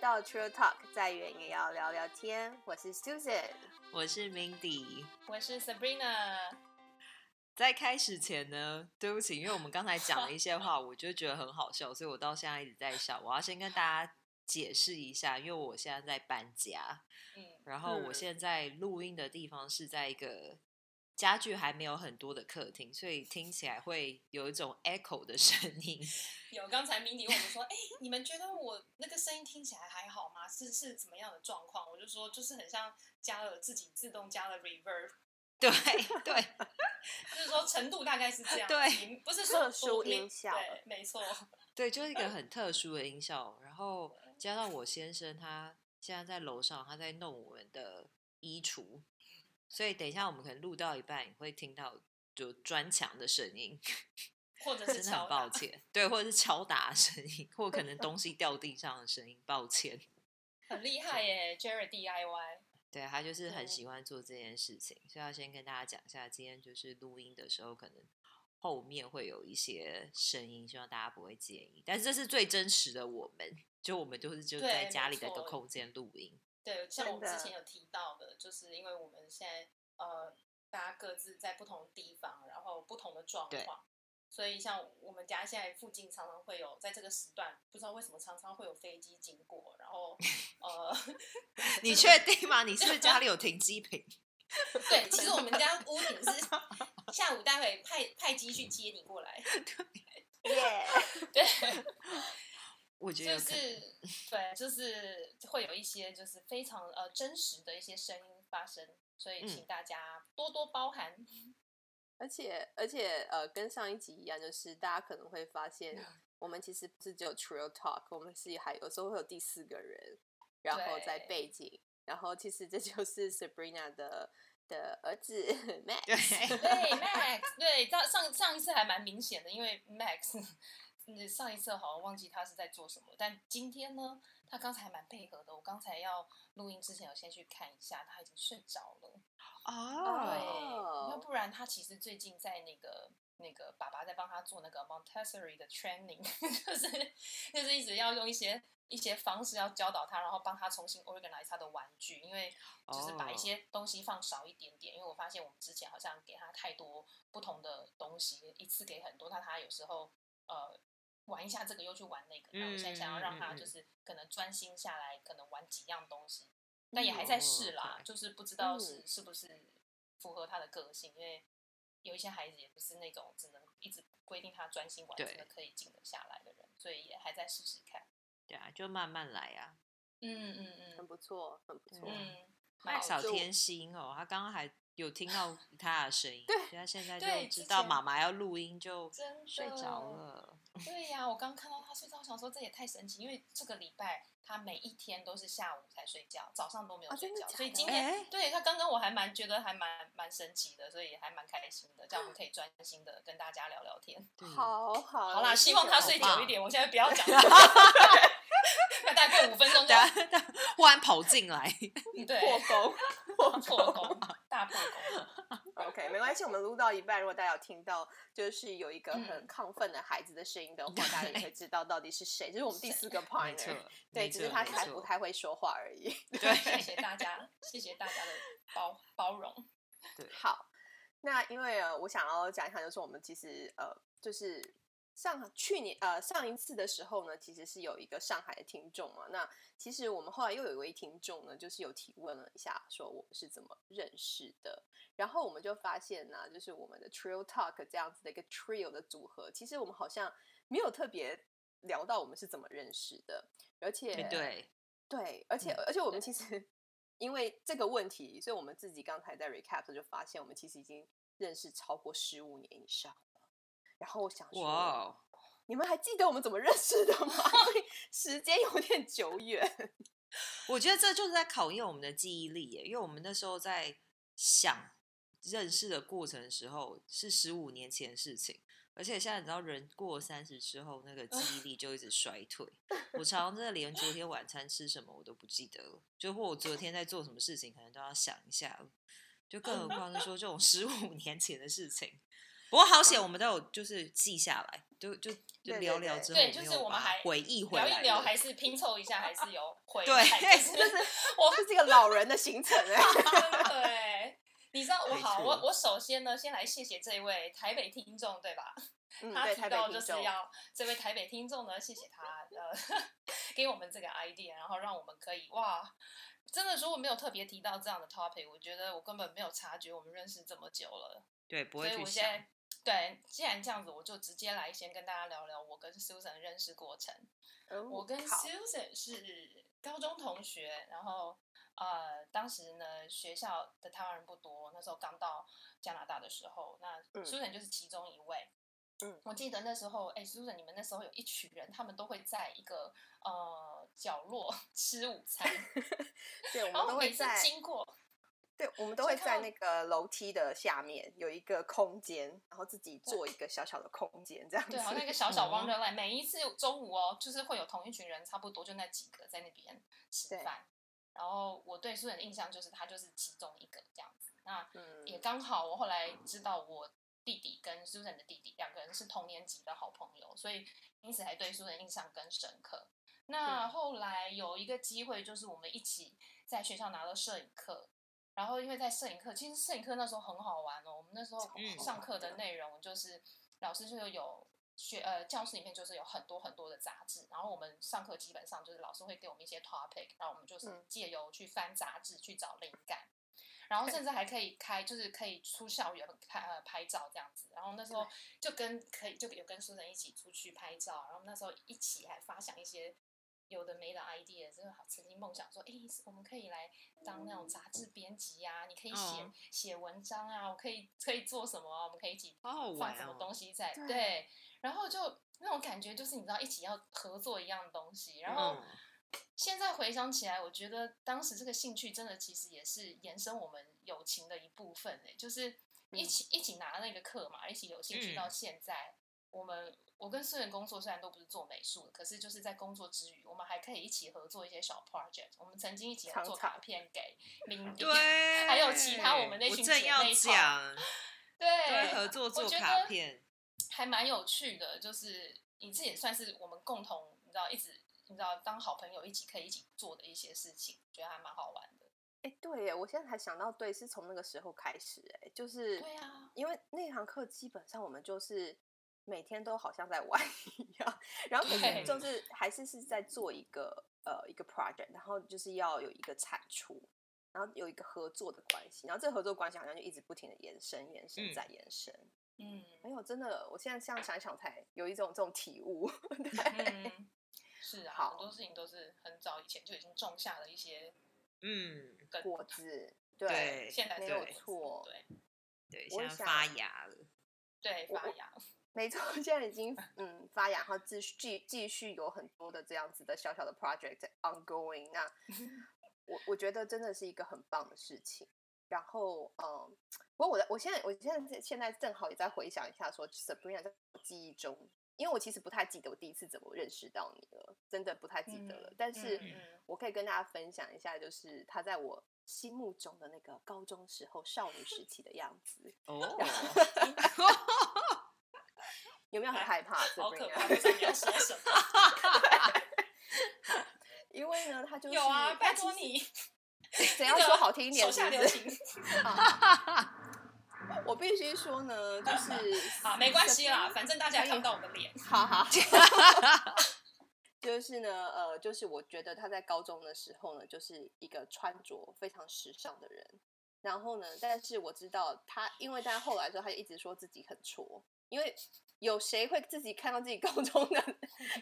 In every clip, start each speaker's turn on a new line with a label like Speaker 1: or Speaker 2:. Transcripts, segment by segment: Speaker 1: 到 True Talk，再远也要聊聊天。我是 Susan，
Speaker 2: 我是 Mindy。
Speaker 3: 我是 Sabrina，
Speaker 2: 在开始前呢，对不起，因为我们刚才讲了一些话，我就觉得很好笑，所以我到现在一直在笑。我要先跟大家解释一下，因为我现在在搬家，
Speaker 3: 嗯，
Speaker 2: 然后我
Speaker 1: 嗯
Speaker 2: 现在录音的地方是在一个家具还没有很多的客厅，所以听起来会有一种 echo 的声音。
Speaker 3: 有刚才 Mindy 问我说，哎、你们觉得我那个声音听起来还好吗？是是怎么样的状况？我就说就是很像加了自己自动加了 reverb，
Speaker 2: 对对，
Speaker 3: 就是说程度大概是这样，
Speaker 2: 对，
Speaker 3: 不是
Speaker 1: 特
Speaker 3: 说
Speaker 1: 殊
Speaker 3: 我没
Speaker 1: 音效
Speaker 3: 对，没错，
Speaker 2: 对，就是一个很特殊的音效。然后加上我先生他现在在楼上，他在弄我们的衣橱，所以等一下我们可能录到一半，你会听到就砖墙的声音，
Speaker 3: 或者
Speaker 2: 真
Speaker 3: 是
Speaker 2: 的很
Speaker 3: 敲
Speaker 2: 抱
Speaker 3: 打，
Speaker 2: 歉。对，或者是敲打的声音，或可能东西掉地上的声音，抱歉。
Speaker 3: 很厉害耶，Jerry DIY，
Speaker 2: 对他就是很
Speaker 3: 对
Speaker 2: 喜欢做这件事情，所以要先跟大家讲一下，今天就是录音的时候，可能后面会有一些声音，希望大家不会介意。但是这是最真实的我们，就我们就是就
Speaker 3: 对
Speaker 2: 在
Speaker 3: 没
Speaker 2: 家里的一个
Speaker 3: 错
Speaker 2: 空间录 音。
Speaker 3: 对，像我们
Speaker 1: 真的
Speaker 3: 之前有提到的，就是因为我们现在呃，大家各自在不同地方，然后不同的状
Speaker 2: 对
Speaker 3: 况，所以像我们家现在附近常常会有，在这个时段，不知道为什么常常会有飞机经过，然后呃，
Speaker 2: 你确定吗？你是不是家里有停机坪？
Speaker 3: 对，其实我们家屋顶 是下午待会派派机去接你过来，
Speaker 1: 耶、
Speaker 3: 对，
Speaker 2: 我觉得有
Speaker 3: 就
Speaker 2: 可能
Speaker 3: 是对，就是会有一些就是非常呃真实的一些声音发生，所
Speaker 2: 嗯
Speaker 3: 以请大家多多包涵。
Speaker 1: 而且而且呃，跟上一集一样，就是大家可能会发现， 我们其实不是只有 True Talk，我们是还有时候会有第四个人，然后在
Speaker 3: 对
Speaker 1: 背景，然后其实这就是 Sabrina 的的儿 子 Max。
Speaker 2: 对
Speaker 3: 对，Max，对，上上上一次还蛮明显的，因为 Max，嗯， 上一次好像忘记他是在做什么，但今天呢，他刚才还蛮配合的。我刚才要录音之前，我先去看一下，他已经睡着了。
Speaker 2: 哦，
Speaker 1: 哦
Speaker 3: 对，要不然他其实最近在那个那个爸爸在帮他做那个 Montessori 的 training，就是 就是一直要用一些一些方式要教导他，然后帮他重新 organize 他的玩具，因为就是把一
Speaker 2: 哦
Speaker 3: 些东西放少一点点。因为我发现我们之前好像给他太多不同的东西，一次给很多，那他有时候呃。玩一下这个，又去玩那个。那我现在想要让他
Speaker 2: 嗯嗯嗯嗯
Speaker 3: 就是可能专心下来，可能玩几样东西，但也还在试啦
Speaker 2: 哦，
Speaker 3: 就是不知道是、
Speaker 1: 嗯
Speaker 3: 是不是符合他的个性，因为有一些孩子也不是那种只能一直规定他专心玩，
Speaker 2: 对
Speaker 3: 真的可以静得下来的人，所以也还在试试看。
Speaker 2: 对啊，就慢慢来啊。
Speaker 3: 嗯
Speaker 1: 很
Speaker 3: 嗯
Speaker 1: 不错，很不错。
Speaker 2: 嗯
Speaker 3: 嗯
Speaker 1: 蛮
Speaker 3: 嗯，
Speaker 1: 好
Speaker 2: 小
Speaker 1: 就
Speaker 2: 天心哦，他刚刚还有听到他的声音，
Speaker 1: 对
Speaker 2: 所以他现在就
Speaker 3: 对
Speaker 2: 知
Speaker 3: 之
Speaker 2: 道
Speaker 3: 前
Speaker 2: 妈妈要录音，就
Speaker 3: 真的
Speaker 2: 睡着。了。
Speaker 3: 对呀、我刚看到他睡觉，我想说这也太神奇，因为这个礼拜他每一天都是下午才睡觉，早上都没
Speaker 1: 啊
Speaker 3: 有睡
Speaker 1: 真的
Speaker 3: 觉，
Speaker 1: 假
Speaker 3: 所以
Speaker 1: 的
Speaker 3: 今天、
Speaker 2: 哎，
Speaker 3: 对他刚刚我还蛮觉得还蛮蛮神奇的，所以也还蛮开心的，这样我们可以专心的跟大家聊聊天。
Speaker 2: 对
Speaker 1: 好好
Speaker 3: 好啦，希望他睡久一点。我现在不要讲，那大概五分 钟就嗯
Speaker 2: 等下等下忽然跑进来，
Speaker 3: 对
Speaker 1: 破功，
Speaker 3: 破功，大破功。
Speaker 1: OK，没关系，我们录到一半，如果大家有听到就是有一个很
Speaker 3: 嗯
Speaker 1: 亢奋的孩子的声音的话，大家也会知道到底是谁。这是我们第四个
Speaker 2: 没错
Speaker 1: partner，，对，
Speaker 2: 没
Speaker 1: 只是
Speaker 2: 错
Speaker 1: 他
Speaker 2: 没
Speaker 1: 还
Speaker 2: 错
Speaker 1: 不太会说话而已。
Speaker 3: 谢谢大家，谢谢大家的包包容。
Speaker 2: 对
Speaker 1: 好，那因为呃，我想要讲一下，就是我们其实呃，就是上去年呃上一次的时候呢，其实是有一个上海的听众嘛。那其实我们后来又有一位听众呢，就是有提问了一下，说我们是怎么认识的。然后我们就发现呢、就是我们的 Trio Talk 这样子的一个 Trio 的组合，其实我们好像没有特别聊到我们是怎么认识的，而且
Speaker 2: 对对，
Speaker 1: 对，而且、
Speaker 2: 嗯
Speaker 1: 而且我们其实因为这个问题，所以我们自己刚才在 recap 的时候就发现，我们其实已经认识超过十五年以上了。然后我想说，
Speaker 2: 哇哦，
Speaker 1: 你们还记得我们怎么认识的吗？ 因为时间有点久远。
Speaker 2: 我觉得这就是在考验我们的记忆力耶，因为我们那时候在想认识的过程的时候是十五年前的事情，而且现在你知道人过三十之后，那个记忆力就一直衰 退。我常常真的连昨天晚餐吃什么我都不记得了，就或我昨天在做什么事情，可能都要想一下了。就更何况是说这种十五年前的事情，不过好险，我们都有就是记下来，就就就
Speaker 1: 对
Speaker 2: 聊
Speaker 1: 对
Speaker 2: 聊
Speaker 1: 对
Speaker 2: 之后，
Speaker 3: 对，就是我
Speaker 2: 我
Speaker 3: 们还
Speaker 2: 回忆回
Speaker 3: 聊
Speaker 2: 来
Speaker 3: 一
Speaker 2: 了
Speaker 3: 聊，还是拼凑一下，还是有回
Speaker 2: 对
Speaker 3: 来，就
Speaker 1: 这
Speaker 3: 是
Speaker 1: 是 我是这个老人的行程哎、
Speaker 3: 对，你知道我
Speaker 2: 没
Speaker 3: 好，
Speaker 2: 错
Speaker 3: 我我首先呢，先来谢谢这一位台北听众，对吧？
Speaker 1: 嗯，
Speaker 3: 他
Speaker 1: 对，
Speaker 3: 提
Speaker 1: 台北
Speaker 3: 到就
Speaker 1: 听
Speaker 3: 是
Speaker 1: 众，
Speaker 3: 要这位台北听众呢，谢谢他，呃， 给我们这个 idea，然后让我们可以哇，真的如果没有特别提到这样的 topic，我觉得我根本没有察觉我们认识这么久了，
Speaker 2: 对，不
Speaker 3: 所
Speaker 2: 会
Speaker 3: 以
Speaker 2: 去
Speaker 3: 我现
Speaker 2: 想。
Speaker 3: 在。对，既然这样子，我就直接来先跟大家聊聊我跟 Susan 的认识过程。
Speaker 1: 嗯
Speaker 3: 我跟
Speaker 1: 好
Speaker 3: Susan 是高中同学，然后呃，当时呢学校的台湾人不多，那时候刚到加拿大的时候，那
Speaker 1: 嗯
Speaker 3: Susan 就是其中一位。
Speaker 1: 嗯，
Speaker 3: 我记得那时候，哎、s u s a n 你们那时候有一群人，他们都会在一个呃角落 吃午餐，
Speaker 1: 对，我
Speaker 3: 然
Speaker 1: 们
Speaker 3: 后
Speaker 1: 都
Speaker 3: 每
Speaker 1: 会
Speaker 3: 次
Speaker 1: 在，
Speaker 3: 经过，
Speaker 1: 对，我们都
Speaker 3: 就
Speaker 1: 会
Speaker 3: 看
Speaker 1: 在
Speaker 3: 到
Speaker 1: 那个楼梯的下面有一个空间，然后自己做一个小小的空间这样子
Speaker 3: 对，。好像一个小小
Speaker 1: 嗯
Speaker 2: 哦
Speaker 3: w o n 每一次中午哦，就是会有同一群人，差不多就那几个在那边吃
Speaker 1: 对
Speaker 3: 饭。然后我对 Susan 的印象就是她就是其中一个这样子。那也
Speaker 1: 嗯，
Speaker 3: 刚好我后来知道我弟弟跟 Susan 的弟弟两个人是同年级的好朋友，所以因此还对 Susan 印象更深刻。
Speaker 1: 嗯
Speaker 3: 那后来有一个机会，就是我们一起在学校拿了摄影课，然后因为在摄影课，其实摄影课那时候很好玩哦。我们那时候
Speaker 2: 嗯
Speaker 3: 上课的内容就是老师就有学呃教室里面就是有很多很多的杂志，然后我们上课基本上就是老师会给我们一些 topic，然后我们就是
Speaker 1: 嗯
Speaker 3: 借由去翻杂志去找灵感。然后甚至还可以开，就是可以出校园拍呃拍照这样子。然后那时候就跟可以就有跟苏晨一起出去拍照，然后那时候一起还发想一些有的没的 idea，就是好曾经梦想说，哎，我们可以来当那种杂志编辑啊，你可以写、
Speaker 2: 嗯
Speaker 3: 写文章啊，我可以可以做什么啊，我们可以一起
Speaker 2: 好好
Speaker 3: 放
Speaker 2: 玩
Speaker 3: 什么
Speaker 2: 哦！
Speaker 3: 东西在、
Speaker 1: 对
Speaker 3: 对，然后就那种感觉就是你知道一起要合作一样的东西，然后。
Speaker 2: 嗯
Speaker 3: 现在回想起来，我觉得当时这个兴趣真的其实也是延伸我们友情的一部分、欸、就是
Speaker 2: 嗯
Speaker 3: 一起、一起拿那个课嘛，一起有兴趣到现在。我们我跟私人工作虽然都不是做美术的，可是就是在工作之余，我们还可以一起合作一些小 project。我们曾经一起合作
Speaker 1: 常常
Speaker 3: 卡片给明迪，
Speaker 2: 对，
Speaker 3: 还有其他我们那群
Speaker 2: 我正
Speaker 3: 姐
Speaker 2: 要
Speaker 3: 妹淘
Speaker 2: 讲，对
Speaker 3: 对
Speaker 2: 合作做
Speaker 3: 我觉得
Speaker 2: 卡片，
Speaker 3: 还蛮有趣的，就是你这也算是我们共同，你知道一直你知道当好朋友一起可以一起做的一些事情，觉得还蛮好玩的。
Speaker 1: 哎，对耶，我现在才想到，对，是从那个时候开始，哎，就是
Speaker 3: 对啊，
Speaker 1: 因为那堂课基本上我们就是每天都好像在玩一样，然后可
Speaker 3: 对
Speaker 1: 是就是还是是在做一个呃一个 project，然后就是要有一个产出，然后有一个合作的关系，然后这个合作关系好像就一直不停的延伸、延
Speaker 2: 嗯
Speaker 1: 伸再延伸。
Speaker 3: 嗯
Speaker 1: 没有，真的，我现在这样想一想才有一种这种体悟。
Speaker 3: 嗯， 是啊，
Speaker 1: 好
Speaker 3: 很多事情都是很早以前就已经种下了一些
Speaker 2: 嗯，
Speaker 3: 根，
Speaker 1: 果子，
Speaker 2: 对
Speaker 3: 现在
Speaker 1: 没
Speaker 3: 才
Speaker 1: 有
Speaker 3: 果子
Speaker 1: 错
Speaker 3: 对
Speaker 2: 对，
Speaker 1: 我
Speaker 2: 现在
Speaker 1: 想啊
Speaker 2: 发芽了，
Speaker 3: 对，
Speaker 1: 我
Speaker 3: 发芽，
Speaker 1: 没错，现在已经嗯发芽，然后继续继继续有很多的这样子的小小的 project ongoing 那我我觉得真的是一个很棒的事情。然后嗯，不过我的我现在我现在现在正好也在回想一下，说 Sabrina 在我记忆中，因为我其实不太记得我第一次怎么认识到你了，真的不太记得了。
Speaker 3: 嗯
Speaker 1: 但是
Speaker 3: 嗯嗯
Speaker 1: 我可以跟大家分享一下，就是他在我心目中的那个高中时候少女时期的样子，
Speaker 2: 哦，
Speaker 1: 有没有很害怕？
Speaker 3: 哎好可
Speaker 1: Sabrina？
Speaker 3: 怕，不知道你要说什 么。
Speaker 1: 因为呢，他就是
Speaker 3: 有啊，
Speaker 1: 他
Speaker 3: 拜
Speaker 1: 其
Speaker 3: 托
Speaker 1: 实
Speaker 3: 你，
Speaker 1: 怎样
Speaker 3: 那个
Speaker 1: 说好听一点
Speaker 3: 手
Speaker 1: 是
Speaker 3: 下
Speaker 1: 不
Speaker 3: 留
Speaker 1: 是？
Speaker 3: 情
Speaker 1: 我必须说 呢，就是
Speaker 3: 啊，没关系啦，反正 大家
Speaker 1: 可以
Speaker 3: 看不到我的脸。
Speaker 1: 好好， 就是呢，呃，就是我觉得他在高中的时候呢，就是一个穿着非常时尚的人。然后呢，但是我知道他，因为在后来的时候，他就一直说自己很挫，因为有谁会自己看到自己高中的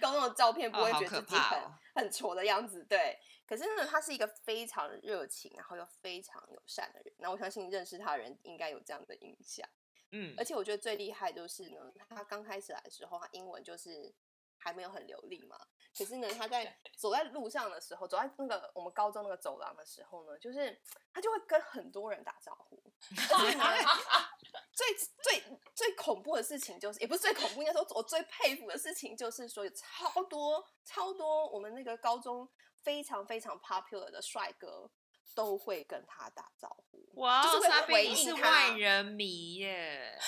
Speaker 1: 高中的照片，不
Speaker 2: 哦
Speaker 1: 会
Speaker 2: 好
Speaker 1: 觉
Speaker 2: 可
Speaker 1: 得自己
Speaker 2: 怕
Speaker 1: 很、
Speaker 2: 哦
Speaker 1: 很挫的样子？对。可是呢，他是一个非常热情，然后又非常友善的人。那我相信认识他的人应该有这样的印象。
Speaker 2: 嗯
Speaker 1: 而，且我觉得最厉害就是呢，他刚开始来的时候，他英文就是还没有很流利嘛。可是呢，他在走在路上的时候，走在那个我们高中那个走廊的时候呢，就是他就会跟很多人打招呼。 而且呢最最最恐怖的事情就是，也不是最恐怖，应该说我最佩服的事情就是说，有超多超多我们那个高中非常非常 popular 的帅哥都会跟他打招呼。
Speaker 2: 哇
Speaker 1: 就
Speaker 2: 哦，
Speaker 1: 是会
Speaker 2: 莎
Speaker 1: 回
Speaker 2: 宾你
Speaker 1: 应
Speaker 2: 是
Speaker 1: 他
Speaker 2: 万人迷耶，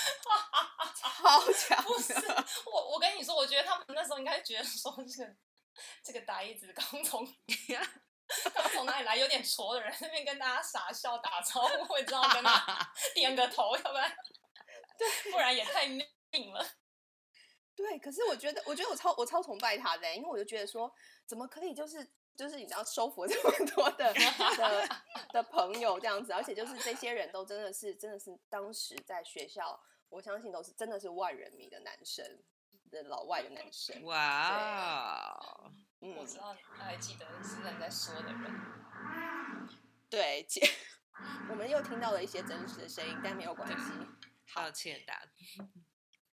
Speaker 1: 超强
Speaker 3: 啊不是
Speaker 1: 的，
Speaker 3: 我，我跟你说，我觉得他们那时候应该觉得说这个这个呆子刚从 刚从哪里来，有点挫的人，那边跟大家傻笑打招呼，我知道跟他 点个头，要不然对，不然也太命了。
Speaker 1: 对。可是我觉得，我觉得我超我超崇拜他的欸、因为我就觉得说，怎么可以就是就是你知道收服 这么多的的的朋友这样子，而且就是这些人都真的是真的是当时在学校，我相信都是真的是万人迷的男生的老外的男生，
Speaker 2: 哇哦，
Speaker 1: 嗯
Speaker 3: 我，知道，他还记得是人在说的人，
Speaker 1: 对， 姐，我们又听到了一些真实的声音，但没有关系。
Speaker 2: 抱歉打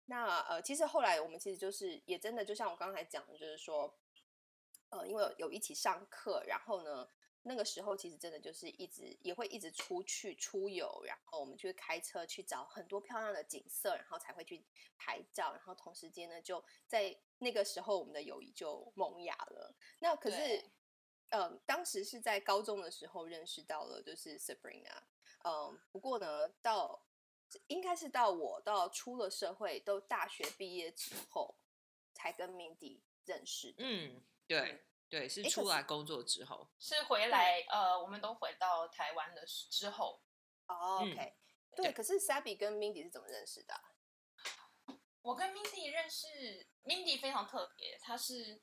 Speaker 1: 那呃，其实后来我们其实就是也真的，就像我刚才讲的，就是说，呃，因为有有一起上课，然后呢，那个时候其实真的就是一直也会一直出去出游，然后我们就会开车去找很多漂亮的景色，然后才会去拍照，然后同时间呢，就在那个时候我们的友谊就萌芽了。那可是
Speaker 3: 对，
Speaker 1: 呃，当时是在高中的时候认识到了，就是 Sabrina，嗯，不过呢，到应该是到我到出了社会，都大学毕业之后，才跟 Mindy 认识的。
Speaker 2: 嗯，对对，是
Speaker 1: 诶可
Speaker 2: 出来
Speaker 1: 是
Speaker 2: 工作之后，
Speaker 3: 是回来呃，我们都回到台湾的时之后，
Speaker 1: 哦
Speaker 2: 嗯
Speaker 1: OK，、对，
Speaker 2: 对
Speaker 1: 可是 Sabi 跟 Mindy 是怎么认识的啊、
Speaker 3: 我跟 Mindy 认识，Mindy 非常特别，她是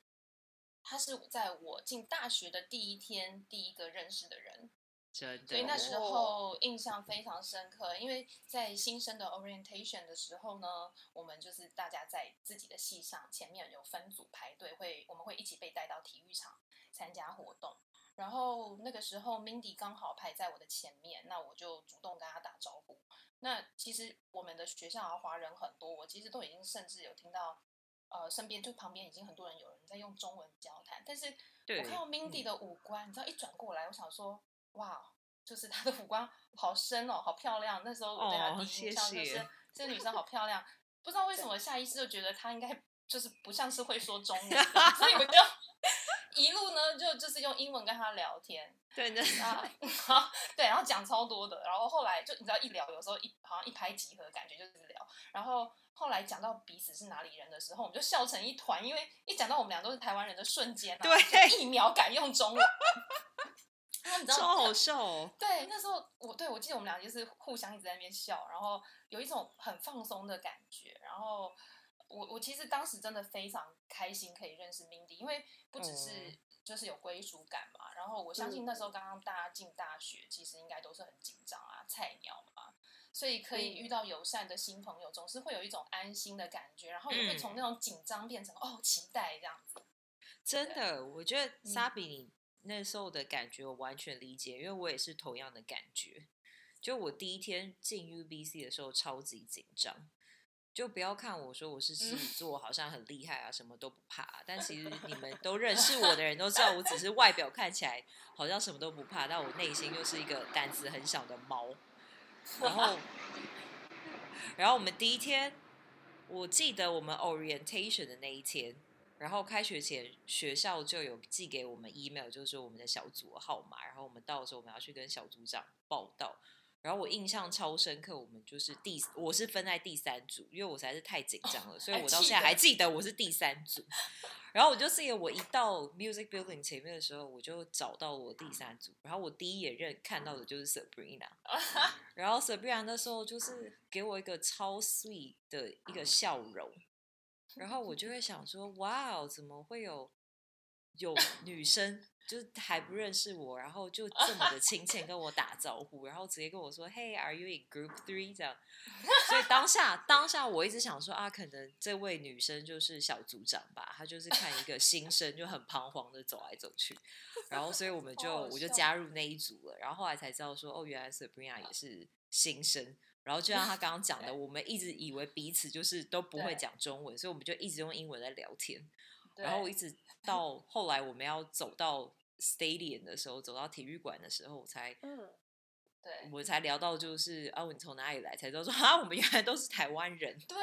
Speaker 3: 她是在我进大学的第一天第一个认识的人，
Speaker 2: 真
Speaker 3: 所以那
Speaker 2: 的，
Speaker 3: 时候印象非常深刻。因为在新生的 orientation 的时候呢，我们就是大家在自己的系上前面有分组排队，会我们会一起被带到体育场参加活动。然后那个时候，Mindy 刚好排在我的前面，那我就主动跟她打招呼。那其实我们的学校啊，华人很多，我其实都已经甚至有听到，呃，身边就旁边已经很多人有人在用中文交谈，但是
Speaker 2: 对
Speaker 3: 我看到 Mindy 的五官，你知道一转过来，我想说，哇，就是她的五 官好深哦，好漂亮。那时候我对她
Speaker 2: 哦
Speaker 3: 第一印象就是、
Speaker 2: 谢谢
Speaker 3: 这个女生好漂亮，不知道为什么下意识就觉得她应该就是不像是会说中文的，所以 我就一路呢就就是用英文跟她聊天，
Speaker 2: 对那
Speaker 3: 啊，然后对，然后讲超多的，然后后来就你知道一聊，有时候一好像一拍即合，感觉就是聊。然后后来讲到彼此是哪里人的时候，我们就笑成一团，因为一讲到我们俩都是台湾人的瞬间、啊，
Speaker 2: 对
Speaker 3: 就一秒改用中文。 因为你知道
Speaker 2: 超好笑哦，
Speaker 3: 对，那时候我对我记得我们俩就是互相一直在那边笑，然后有一种很放松的感觉。然后我我其实当时真的非常开心可以认识 Mindy，因为不只是
Speaker 2: 嗯
Speaker 3: 就是有归属感嘛。然后我相信那时候刚刚大家进大学，其实应该都是很紧张啊，菜鸟嘛，所以可以
Speaker 1: 嗯
Speaker 3: 遇到友善的新朋友，总是会有一种安心的感觉，然后也会从
Speaker 2: 嗯
Speaker 3: 那种紧张变成哦期待这样子。
Speaker 2: 真的，我觉得
Speaker 3: 嗯
Speaker 2: 沙比你那时候的感觉我完全理解，因为我也是同样的感觉。就我第一天进 UBC 的时候超级紧张，就不要看我说我是狮子座，好像很厉害啊，什么都不怕、但其实你们都认识我的人都知道，我只是外表看起来好像什么都不怕，但我内心就是一个胆子很小的猫。然后，然后我们第一天，我记得我们 orientation 的那一天，然后开学前学校就有寄给我们 email，就是我们的小组的号码，然后我们到时候我们要去跟小组长报道。然后我印象超深刻，我们就是第我是分在第三组，因为我实在是太紧张了，所以
Speaker 3: 哦还
Speaker 2: 我到
Speaker 3: 记
Speaker 2: 现在
Speaker 3: 得
Speaker 2: 还记得我是第三组。然后我就记得我一到 Music Building 前面的时候，我就找到我第三组，然后我第一眼认看到的就是 Sabrina，然后 Sabrina 那时候就是给我一个超 sweet 的一个笑容， 然后我就会想说，哇哦，怎么会有有女生就是还不认识我，然后就这么 的亲切跟我打招呼，然后直接跟我说，Hey, are you in Group Three？这样，所以当下当下我一直想说啊，可能这位女生就是小组长吧，她就是看一个新生就很彷徨的走来走 去，然后所以我们就
Speaker 3: 好好
Speaker 2: 我就
Speaker 3: 笑哦
Speaker 2: 加入那一组了，然后后来才知道说，哦，原来 Sabrina 也是新生。然后就像他刚刚讲的，我们一直以为彼此就是都不会
Speaker 3: 对
Speaker 2: 讲中文，所以我们就一直用英文在聊天。
Speaker 3: 对
Speaker 2: 然后一 直到后来我们要走到 stadium 的时候，走到体育馆的时候，我才
Speaker 1: 嗯，
Speaker 3: 对
Speaker 2: 我才聊到就是啊，你从哪里来？才知道说 啊，我们原来都是台湾人。
Speaker 3: 对，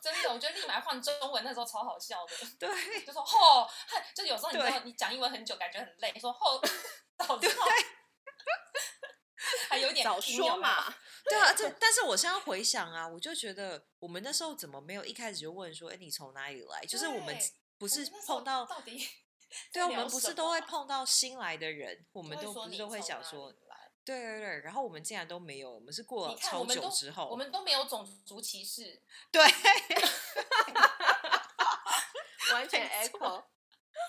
Speaker 3: 真的，我觉得立马换中文那时候超好笑的。
Speaker 2: 对
Speaker 3: 就说吼，嗨就有时候你知
Speaker 2: 对
Speaker 3: 道你讲英文很久，感觉很累，说吼，早知道还有一点
Speaker 1: 早
Speaker 3: 拼
Speaker 1: 说
Speaker 3: 有没有
Speaker 1: 嘛，
Speaker 2: 对啊，这但是我现在回想啊，我就觉得我们那时候怎么没有一开始就问说，哎，你从哪里来？就是我们
Speaker 3: 对
Speaker 2: 不
Speaker 3: 我
Speaker 2: 是
Speaker 3: 们那时候
Speaker 2: 碰到，
Speaker 3: 到底
Speaker 2: 对啊，
Speaker 3: 在
Speaker 2: 我们
Speaker 3: 聊
Speaker 2: 不
Speaker 3: 什
Speaker 2: 是都会
Speaker 3: 么啊
Speaker 2: 碰到新来的人，我
Speaker 3: 我
Speaker 2: 们都不是都会想说，
Speaker 3: 来，
Speaker 2: 对对对，然后我们竟然都没有，我们是过
Speaker 3: 你
Speaker 2: 了
Speaker 3: 看我
Speaker 2: 超
Speaker 3: 们
Speaker 2: 久
Speaker 3: 都
Speaker 2: 之后，
Speaker 3: 我们都没有种族歧视，
Speaker 2: 对，
Speaker 1: 完全
Speaker 2: 没
Speaker 1: echo，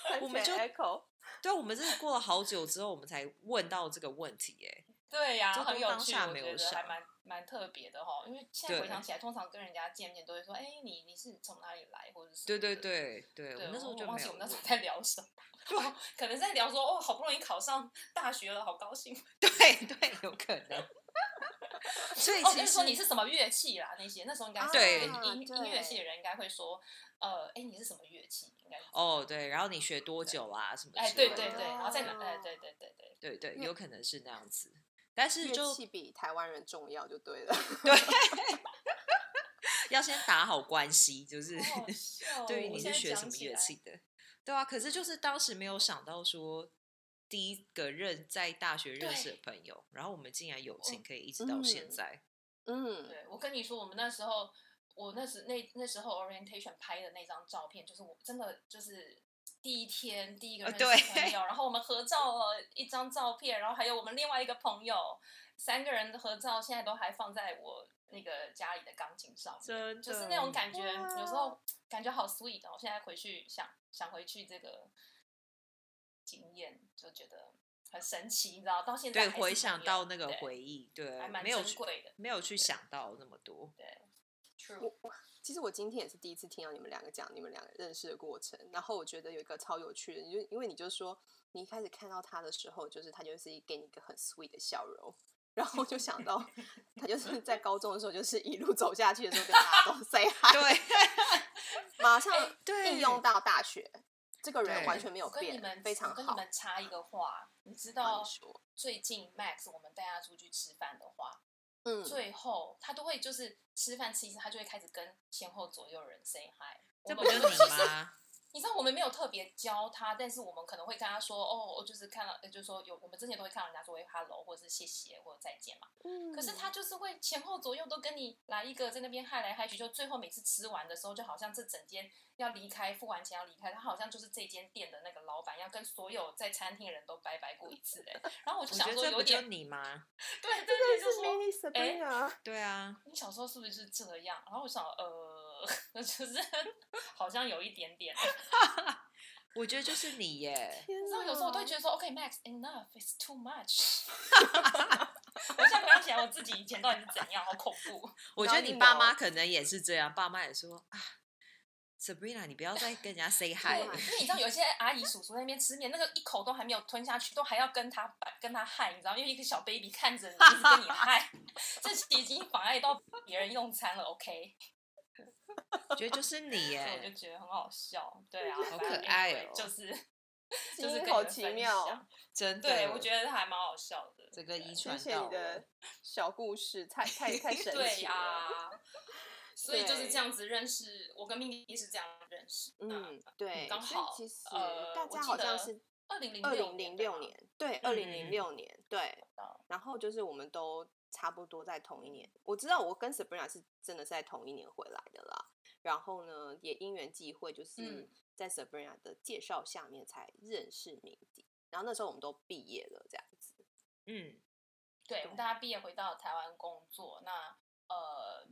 Speaker 1: 完
Speaker 2: 我们
Speaker 1: 全
Speaker 2: 就
Speaker 1: echo。
Speaker 2: 对，我们真是过了好久之后，我们才问到这个问题， 哎，
Speaker 3: 对呀、
Speaker 2: 就
Speaker 3: 很
Speaker 2: 都
Speaker 3: 有
Speaker 2: 当
Speaker 3: 趣，
Speaker 2: 下
Speaker 3: 我
Speaker 2: 没
Speaker 3: 觉
Speaker 2: 有
Speaker 3: 得还
Speaker 2: 想
Speaker 3: 蛮蛮特别的哈。因为现在
Speaker 2: 对
Speaker 3: 回想起来，通常跟人家见面都会说，哎、你你是从哪里来，或者是
Speaker 2: 对对对对，我
Speaker 3: 对，
Speaker 2: 们那时
Speaker 3: 我
Speaker 2: 候就
Speaker 3: 忘
Speaker 2: 没
Speaker 3: 记
Speaker 2: 有
Speaker 3: 我们那
Speaker 2: 问
Speaker 3: 时候在聊什么， 哦可能在聊说哦，好不容易考上大学了，好高兴。
Speaker 2: 对对，有可能。 所以
Speaker 3: 哦，
Speaker 2: 其
Speaker 3: 就是
Speaker 2: 实、
Speaker 3: 说你是什么乐器啦？那些那时候应该是
Speaker 2: 对
Speaker 3: 音音
Speaker 1: 对
Speaker 3: 音乐系的人应该会说，呃，哎，你是什么乐器？应该是
Speaker 2: 哦，对，然后你学多久啦、什么
Speaker 3: 哎，
Speaker 2: 之
Speaker 3: 对
Speaker 2: 类
Speaker 3: 对
Speaker 2: 的
Speaker 3: 对，然后再
Speaker 1: 哦
Speaker 3: 哎，对对对
Speaker 2: 对
Speaker 3: 对，
Speaker 2: 对，
Speaker 1: 乐
Speaker 2: 有可能是那样子，但是
Speaker 1: 乐
Speaker 2: 就
Speaker 1: 器比台湾人重要就对了。
Speaker 2: 要先打好关系，就是、
Speaker 3: 好 好笑哦
Speaker 2: 对于
Speaker 3: 我
Speaker 2: 你
Speaker 3: 现
Speaker 2: 是
Speaker 3: 在
Speaker 2: 学
Speaker 3: 讲
Speaker 2: 什么
Speaker 3: 起
Speaker 2: 乐
Speaker 3: 来
Speaker 2: 器的，对啊，可是就是当时没有想到说。第一个认在大学认识的朋友，然后我们竟然
Speaker 3: 哦
Speaker 2: 友情可以一直到现
Speaker 1: 嗯
Speaker 2: 在，
Speaker 1: 嗯，
Speaker 3: 对，我跟你说，我们那时候，我那时那那时候 orientation 拍的那张照片，就是我真的就是第一天第一个
Speaker 2: 呃
Speaker 3: 认
Speaker 2: 对
Speaker 3: 识 朋友，然后我们合照了一张照片，然后还有我们另外一个朋友，三个人的合照现在都还放在我那个家里的钢琴上面，
Speaker 2: 真的
Speaker 3: 就是那种感觉，
Speaker 1: 哇
Speaker 3: 有时候感觉好 sweet 哦。现在回去想想回去这个经验，就觉得很神奇，你知道，到现在
Speaker 2: 对，
Speaker 3: 还是
Speaker 2: 回
Speaker 3: 朋
Speaker 2: 想
Speaker 3: 友
Speaker 2: 到那个
Speaker 3: 对
Speaker 2: 回忆，对
Speaker 3: 还，蛮
Speaker 2: 没有
Speaker 3: 珍
Speaker 2: 去
Speaker 3: 贵的。
Speaker 2: 没有去想到那么多，
Speaker 3: True，
Speaker 1: 我其实我今天也是第一次听到你们两个讲你们两个认识的过程，然后我觉得有一个超有趣的，你就因为你就说你一开始看到他的时候，就是他就是给你一个很 sweet 的笑容，然后我就想 到他就是在高中的时候，就是一路走下去的时候跟大家都 say hi，
Speaker 2: 对
Speaker 1: 马上
Speaker 2: 对
Speaker 1: 应用到大学，这个人
Speaker 2: 对
Speaker 1: 完全没有
Speaker 3: 我跟你
Speaker 1: 变
Speaker 3: 们，
Speaker 1: 非常
Speaker 3: 我跟你
Speaker 1: 好。
Speaker 3: 们插一个话，你知
Speaker 1: 好
Speaker 3: 道
Speaker 1: 你说
Speaker 3: 最近 Max 我们带他出去吃饭的话，
Speaker 1: 嗯，
Speaker 3: 最后他都会就是吃饭吃一次，他就会开始跟前后左右人 say hi。
Speaker 2: 这
Speaker 3: 我
Speaker 2: 不
Speaker 3: 们
Speaker 2: 就是
Speaker 3: 会
Speaker 2: 你吗？
Speaker 3: 你知道我们没有特别教他，但是我们可能会跟他说，哦，我就是看到，呃就是说有我们之前都会看到人家说会 hello 或者是谢谢或者再见嘛。
Speaker 1: 嗯
Speaker 3: 可是
Speaker 2: 嗯
Speaker 3: 他就是会前后左右都跟你来一个在那边嗨来嗨去，就最后每次吃完的时候，就好像这整间要离开，付完钱要离开，他好像就是这间店的那个老板，要跟所有在餐厅的人都拜拜过一次哎、然后我就
Speaker 2: 我觉
Speaker 3: 想
Speaker 2: 得
Speaker 3: 说
Speaker 2: 这
Speaker 3: 有
Speaker 2: 不就
Speaker 3: 点
Speaker 2: 你吗？
Speaker 3: 对对对，就说
Speaker 1: mini
Speaker 3: 哎
Speaker 1: Sabrina，
Speaker 2: 对啊，
Speaker 3: 你小时候是不是是这样？然后我想呃， 就是好像有一点点。
Speaker 2: 我觉得就是你 耶。
Speaker 1: 天
Speaker 3: 你知道，有时候我都会
Speaker 1: 哪
Speaker 3: 觉得说，OK，Max，enough，it's too much 。 我现在回想起来，我自己以前到底是怎样，好恐怖。
Speaker 2: 我觉得你爸妈可能也是这样，爸妈也说啊，Sabrina，你不要再跟人家 say
Speaker 3: 对，
Speaker 2: hi
Speaker 3: 因
Speaker 2: 了。
Speaker 3: 为你知道，有些阿姨叔叔在那边吃面，那个一口都还没有吞下去，都还要跟他摆跟他嗨，你知道，因为一个小 baby 看着你，一直跟你嗨， 这已经妨碍到别人用餐了。OK，
Speaker 2: 我觉得就是你
Speaker 3: 所以我
Speaker 2: 耶
Speaker 3: 就。觉得很好笑。对啊，
Speaker 2: 好
Speaker 3: 反正
Speaker 2: 可爱
Speaker 3: anyway，
Speaker 2: 哦
Speaker 3: 就是
Speaker 1: 基
Speaker 3: 就是
Speaker 1: 因
Speaker 3: 跟
Speaker 1: 好
Speaker 3: 你们
Speaker 1: 奇
Speaker 3: 分
Speaker 1: 妙
Speaker 3: 享。
Speaker 2: 真的，
Speaker 3: 对，我觉得还蛮好笑的。
Speaker 2: 这个
Speaker 3: 对
Speaker 2: 遗
Speaker 1: 谢
Speaker 2: 传
Speaker 1: 谢
Speaker 2: 到
Speaker 1: 你的
Speaker 2: 了。
Speaker 1: 小故事，太太太神
Speaker 3: 对啊
Speaker 1: 奇
Speaker 3: 呀、
Speaker 1: 了。
Speaker 3: 所以就是
Speaker 1: 对
Speaker 3: 这样子认识，我跟 Mindy 是这样认识。
Speaker 1: 嗯，对，
Speaker 3: 刚
Speaker 1: 所以
Speaker 3: 好
Speaker 1: 其实
Speaker 3: 呃
Speaker 1: 大
Speaker 3: 我
Speaker 1: 家
Speaker 3: 记
Speaker 1: 好像
Speaker 3: 得
Speaker 1: 是
Speaker 3: 二零零
Speaker 1: 二零零六
Speaker 3: 年嗯
Speaker 1: 年，对，二零零六年，对
Speaker 3: 到。
Speaker 1: 然后就是我们都差不多在同一年，我知道我跟 Sabrina 是真的是在同一年回来的啦。然后呢，也因缘际会，就是
Speaker 3: 嗯
Speaker 1: 在 Sabrina 的介绍下面才认识鸣笛。然后那时候我们都毕业了，这样子。
Speaker 2: 嗯，
Speaker 3: 对，我们大家毕业回到台湾工作。那呃